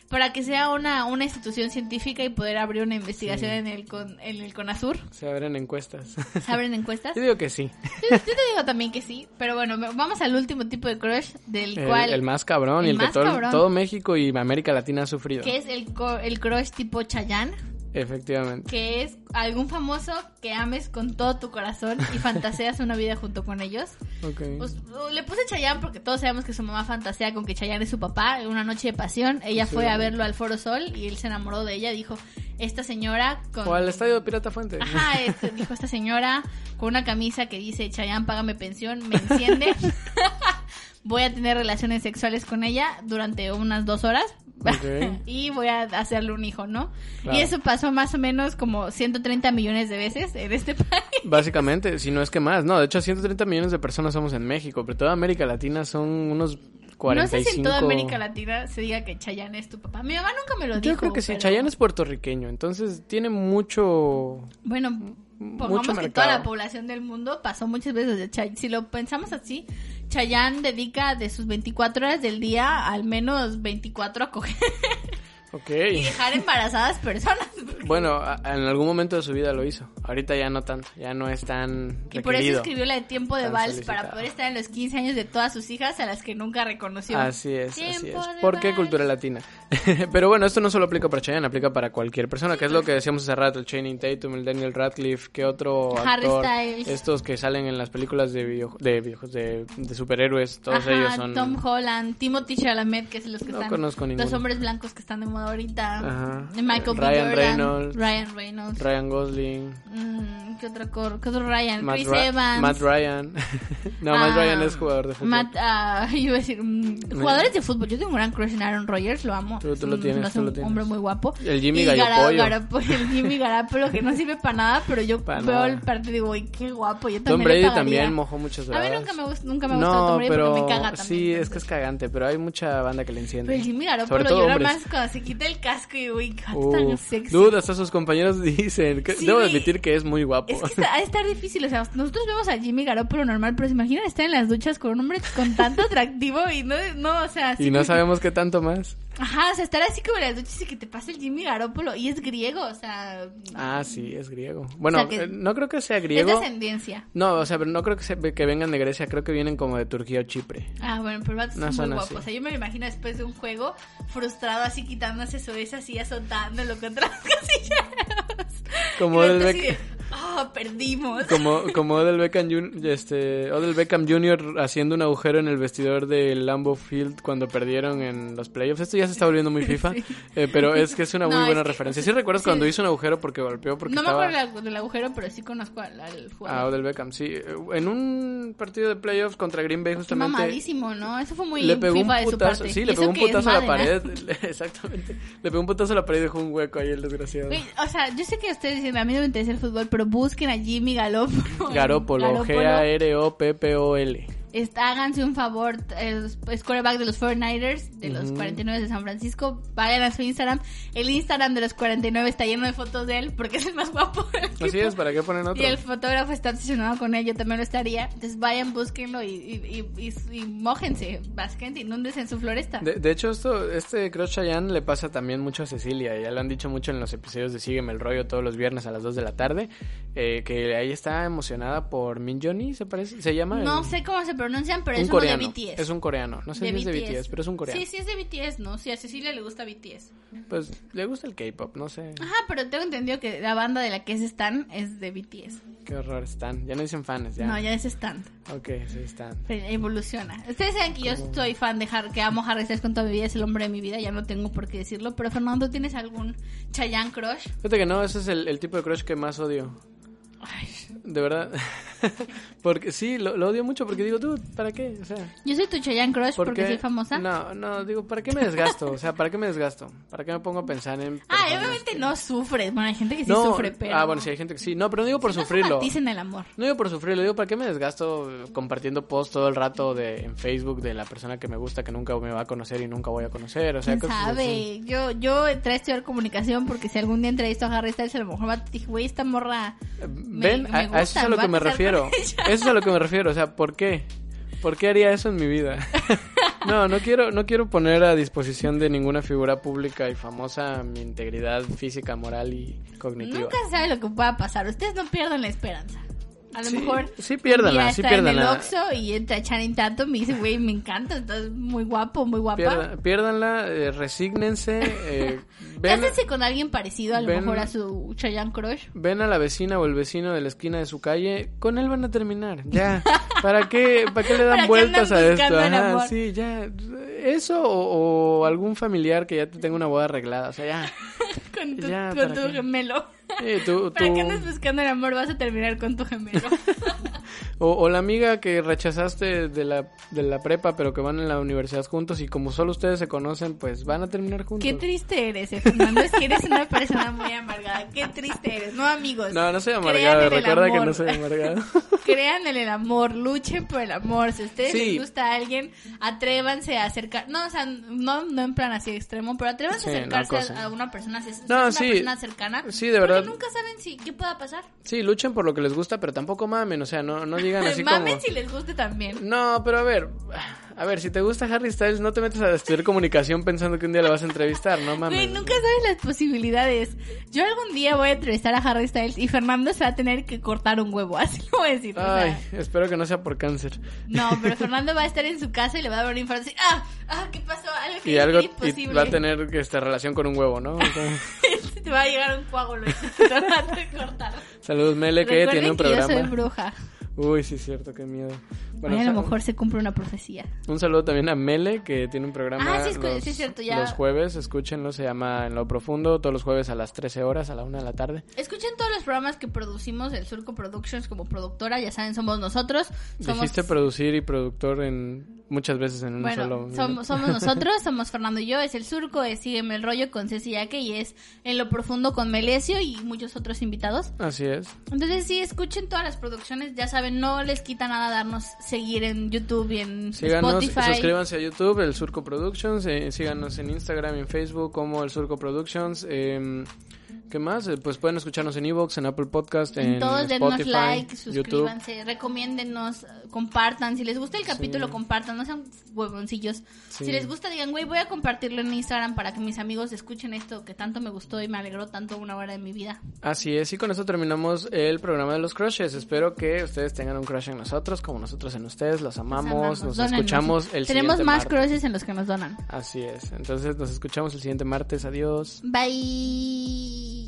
Para que sea una, una institución científica y poder abrir una investigación en, el con, en el
*laughs*
CONASUR.
Se abren encuestas. *laughs*
¿Se abren encuestas?
Yo digo que sí.
Yo, yo te digo también que sí, pero bueno, me- vamos al último tipo de crush del
El,
cual...
el más cabrón y
el
el que
más
todo,
cabrón.
todo México y América Latina ha sufrido.
Que es el, co- el crush tipo Chayanne.
Efectivamente.
que es algún famoso que ames con todo tu corazón y fantaseas una vida junto con ellos.
Ok.
Pues, le puse Chayanne porque todos sabemos que su mamá fantasea con que Chayanne es su papá. En una noche de pasión, ella
Sí.
fue a verlo al Foro Sol y él se enamoró de ella. Dijo, esta señora con...
O al estadio de Pirata Fuente.
Ajá, este, dijo esta señora con una camisa que dice Chayanne, págame pensión, me enciende. *laughs* voy a tener relaciones sexuales con ella durante unas dos horas.
Ok.
*laughs* y voy a hacerle un hijo, ¿no?
Claro.
Y eso pasó más o menos como 130 millones de veces en este *laughs* país.
Básicamente, si no es que más. No, de hecho, 130 millones de personas somos en México, pero toda América Latina son unos 45.
No sé si en toda América Latina se diga que Chayanne es tu papá. Mi mamá nunca me lo dijo.
Yo creo que sí,
pero-
Chayanne es puertorriqueño, entonces tiene mucho...
Bueno, pongamos
mucho
que
mercado.
toda la población del mundo pasó muchas veces. de Chay- Si lo pensamos así, Chayanne dedica de sus 24 horas del día al menos 24 a coger *laughs*
Ok.
y dejar
*laughs*
embarazadas personas. porque-
Bueno, a- en algún momento de su vida lo hizo. Ahorita ya no tanto, ya no es tan
Y por eso
requerido.
escribió la de tiempo de
Tan
vals
solicitado.
para poder estar en los 15 años de todas sus hijas a las que nunca reconoció.
Así es, así es.
Tiempo de
¿Por qué
vals.
cultura latina? *laughs* Pero bueno, esto no solo aplica para Chayanne, aplica para cualquier persona, que es lo que decíamos hace rato, el Channing Tatum, el Daniel Radcliffe, que otro
Harry
actor,
Styles.
estos que salen en las películas de video, de, videojuegos, de, de superhéroes, todos
Ajá,
ellos son
Tom Holland, Timothy Chalamet, que es los que
No
están.
conozco
los
ninguno.
hombres blancos que están de moda ahorita.
Ajá.
Michael B.
Ryan
Jordan,
Reynolds.
Ryan Reynolds.
Ryan Gosling,
Mm, ¿Qué otro, cor- qué otro Ryan?
Matt,
Chris
Ra-
Evans.
Matt Ryan. *laughs* no, Matt
Ah,
Ryan es jugador de fútbol.
Matt, ah, *laughs* yo iba a decir, mm, jugadores de fútbol. Yo tengo un gran crush en Aaron Rodgers, lo amo.
Tú- tú
Es
lo
un-
tienes,
es
tú
un
lo tienes.
hombre muy guapo.
El Jimmy
Y
Gallopollo.
Garapo- el Jimmy Garapolo, que no sirve para nada, pero yo
Pa'
veo
nada.
el partido y digo, uy, qué guapo. Yo
Tom
también le
Brady
pagaría".
también mojó muchas
A
veces.
mí nunca me, gust- nunca me ha gustado Tom
No,
Brady
pero
porque me caga también.
sí, es que
entonces. Pues
es cagante, pero hay mucha banda que le enciende.
Pero el Jimmy Garapolo
Sobre todo
llora
hombres.
más cuando se quita el casco y uy, qué
Uh,
tan sexy.
Dude, hasta sus compañeros *laughs* dicen. que-
Sí,
debo
güey.
admitir que es muy guapo.
Es que está- ha de estar difícil, o sea, nosotros vemos a Jimmy Garoppolo normal, pero se imaginan estar en las duchas con un hombre con tanto atractivo y no, no o sea, así
*laughs* y no
como-
sabemos qué tanto más.
Ajá, o sea, estar así como en las duchas y que te pase el Jimmy Garoppolo y es griego, o sea,
Ah, sí, es griego. Bueno,
O sea que-
eh, no creo que sea
es
griego.
descendencia.
No, o sea, pero no creo que, se- que vengan de Grecia, creo que vienen como de Turquía o Chipre.
Ah, bueno, pero el vato
No
es muy
son
guapo.
así.
O sea, yo me lo imagino después de un juego frustrado, así quitándose su vez, así azotándolo contra las casillas.
Como
Y
el
el vato así de,
Beck-
"Ah, perdimos.
*laughs* Como, como Odell, Beckham Jun- este, Odell Beckham Jr. haciendo un agujero en el vestidor del Lambo Field cuando perdieron en los playoffs. Esto ya se está volviendo muy
*laughs*
FIFA, eh, pero es que es una muy
No, es
buena
que-
referencia. ¿Sí recuerdas
sí.
cuando hizo un agujero porque golpeó? Porque
no
estaba...
me acuerdo del- del agujero, pero sí conozco al, al jugador.
Ah, Odell Beckham, sí. Eh, En un partido de playoffs contra Green Bay
Qué
justamente...
mamadísimo, ¿no? Eso fue muy
le pegó un
FIFA de su
putazo,
parte.
sí,
Y
le
eso
pegó un
que es
putazo a la
Madden, ¿eh?
pared, *laughs* exactamente. Le pegó un putazo a la pared y dejó un hueco ahí el desgraciado.
Güey, O sea, yo sé que ustedes dicen, a mí no me interesa el fútbol, pero busquen a Jimmy Garoppolo.
Garópolo, G-A-R-O-P-P-O-L.
Está- háganse un favor, es, es quarterback de los 49ers, de los 49 de San Francisco. Vayan a su Instagram. El Instagram de los 49 está lleno de fotos de él porque es el más guapo. del
Así
equipo.
es, ¿para qué ponen otro?
Y el fotógrafo está obsesionado con él, yo también lo estaría. Entonces vayan, búsquenlo y, y, y, y- y mójense, básicamente, inúndense en su floresta.
De, de hecho, esto, este Crush Chayanne le pasa también mucho a Cecilia. Ya lo han dicho mucho en los episodios de Sígueme el rollo todos los viernes a las 2 de la tarde. eh, que ahí está emocionada por Min Johnny, ¿se parece? ¿Se llama?
No
El-
sé cómo se pronuncian, pero
un
es
coreano.
uno de BTS.
Es un coreano. No sé si es de BTS, pero es un coreano.
Sí, sí es de BTS, ¿no? Sí, a Cecilia le gusta BTS.
Pues le gusta el K-pop, no sé.
Ajá, pero tengo entendido que la banda de la que es Stan es de BTS.
Qué horror están. Ya no dicen fans, ya.
No, ya es Stan.
Ok, sí están.
Evoluciona. Ustedes saben que yo soy fan de Har que amo a Harry Styles con toda mi vida, es el hombre de mi vida, ya no tengo por qué decirlo. Pero Fernando, ¿tienes algún Chayanne crush?
Fíjate que no, ese es el, el tipo de crush que más odio.
Ay,
De verdad. *laughs* porque sí, lo, lo odio mucho porque digo, tú, ¿para qué? O sea.
Yo soy tu Chayanne crush
¿por
porque
qué?
soy famosa.
No, no, digo, ¿para qué me desgasto? O sea, ¿para qué me desgasto? ¿Para qué me pongo a pensar
*laughs*
en.
ah,
personas
obviamente
que-
no sufres. Bueno, hay gente que sí
No,
sufre, pero.
Ah, bueno, sí, hay gente que sí. No, pero no digo por
no
sufrirlo.
romanticen el amor.
No digo por sufrirlo, digo, ¿para qué me desgasto eh, compartiendo posts todo el rato de, en Facebook de la persona que me gusta, que nunca me va a conocer y nunca voy a conocer? O sea,
¿Quién
cosas así.
sabe? Yo, yo entré a estudiar comunicación porque si algún día entrevisto a Harry Styles, a lo mejor me dije, güey, esta morra. me-
Eh, Ven,
me
a- a,
gusta,
eso es a lo
va
que me
casar con
refiero. Eso
*laughs* ella.
es a lo que me refiero. O sea, ¿por qué? ¿Por qué haría eso en mi vida? *laughs* No, no quiero, no quiero poner a disposición de ninguna figura pública y famosa mi integridad física, moral y cognitiva.
Nunca se sabe lo que pueda pasar. Ustedes no pierdan la esperanza. A lo
Sí,
mejor.
sí, piérdanla,
un día
sí,
está En el
piérdanla.
Oxxo y entra Channing Tatum y me dice, güey, me encanta, estás muy guapo, muy guapa.
Pierda- piérdanla, eh, resígnense.
*laughs*
eh, ven,
Cásense con alguien parecido a lo
ven-
mejor a su Chayanne Crush.
ven a la vecina o el vecino de la esquina de su calle. Con él van a
*laughs*
terminar. Ya. ¿Para qué, para qué le
¿Para
dan
qué
vueltas a
andan
esto?
buscando el
Ajá,
amor?
sí, ya. Eso o, o algún familiar que ya te tenga una boda arreglada. O sea, ya.
Con tu,
Ya,
con
¿para
tu
qué?
gemelo.
Eh, tú-
*laughs* ¿Para
tú-
qué andas buscando el amor? Vas a terminar con
*laughs*
tu gemelo.
O, o la amiga que rechazaste de la, de la prepa, pero que van en la universidad juntos y como solo ustedes se conocen, pues van a terminar juntos.
Qué triste eres, eh, Fernando. Es que eres una persona muy amargada. Qué triste eres, ¿no, amigos?
No, no soy
Crean
amargado.
en el
Recuerda que
amor.
no soy
*laughs*
amargado.
Crean en el amor, luchen por el amor. Si a ustedes
Sí.
les gusta a alguien, atrévanse a acercar. No, o sea, no, no en plan así extremo, pero atrévanse
Sí,
a acercarse
no, cosa.
a, a una persona, si es- si
No,
es una
sí.
persona cercana.
Sí, de verdad.
Porque nunca saben si qué pueda pasar.
Sí, luchen por lo que les gusta, pero tampoco mamen. O sea, no, no digan así
*laughs* Mamen
como.
si les guste también.
No, pero a ver. A ver, si te gusta Harry Styles, no te metas a estudiar comunicación pensando que un día lo vas a entrevistar, no mames.
Güey, nunca sabes las posibilidades. Yo algún día voy a entrevistar a Harry Styles y Fernando se va a tener que cortar un huevo, *laughs* así lo voy a decir. o sea.
Ay, espero que no sea por cáncer.
No, pero Fernando va a estar en su casa y le va a dar un infarto así, ah, ah, ¿qué pasó? Algo que
Y algo
es
y
imposible.
va a tener esta relación con un huevo, ¿no? O sea,
*laughs* Te va a llegar un coágulo y te van a tener
*laughs*
que cortar.
saludos, Mele, que tiene
Recuerden
un
que yo soy
programa.
bruja.
Uy, sí, es cierto, qué miedo.
Ay, a
sa-
lo mejor se cumple una profecía.
Un saludo también a Mele, que tiene un programa
Ah, sí, escu- sí, es cierto, ya.
los jueves, escúchenlo, se llama En lo Profundo, todos los jueves a las 13 horas, a la 1 de la tarde.
Escuchen todos los programas que producimos el Surco Productions como productora, ya saben, somos nosotros. Somos,
Dijiste producir y productor en muchas veces en un solo...
bueno,
*laughs*
somos, somos nosotros, somos Fernando y yo, es el Surco, es Sígueme el Rollo con Ceci Yaque y es En lo Profundo con Melesio y muchos otros invitados.
Así es.
Entonces sí, escuchen todas las producciones, ya saben, no les quita nada darnos seguir en YouTube y en
Síganos,
Spotify.
suscríbanse a YouTube, El Surco Productions, eh, síganos en Instagram y en Facebook como El Surco Productions. eh, ¿Qué más? Eh, Pues pueden escucharnos en Evox, en Apple Podcast, en,
En todos
Spotify,
dennos like,
YouTube.
suscríbanse, recomiéndenos, eh, compartan. Si les gusta el capítulo,
Sí.
compartan, no sean huevoncillos.
Sí.
Si les gusta, digan, güey, voy a compartirlo en Instagram para que mis amigos escuchen esto que tanto me gustó y me alegró tanto una hora de mi vida.
Así es, y con eso terminamos el programa de los crushes. Espero que ustedes tengan un crush en nosotros, como nosotros en ustedes. Los
Los
amamos,
amamos,
nos
dónennos.
escuchamos el
Tenemos
siguiente
más
martes.
crushes en los que nos donan.
Así es, entonces nos escuchamos el siguiente martes. Adiós.
Bye.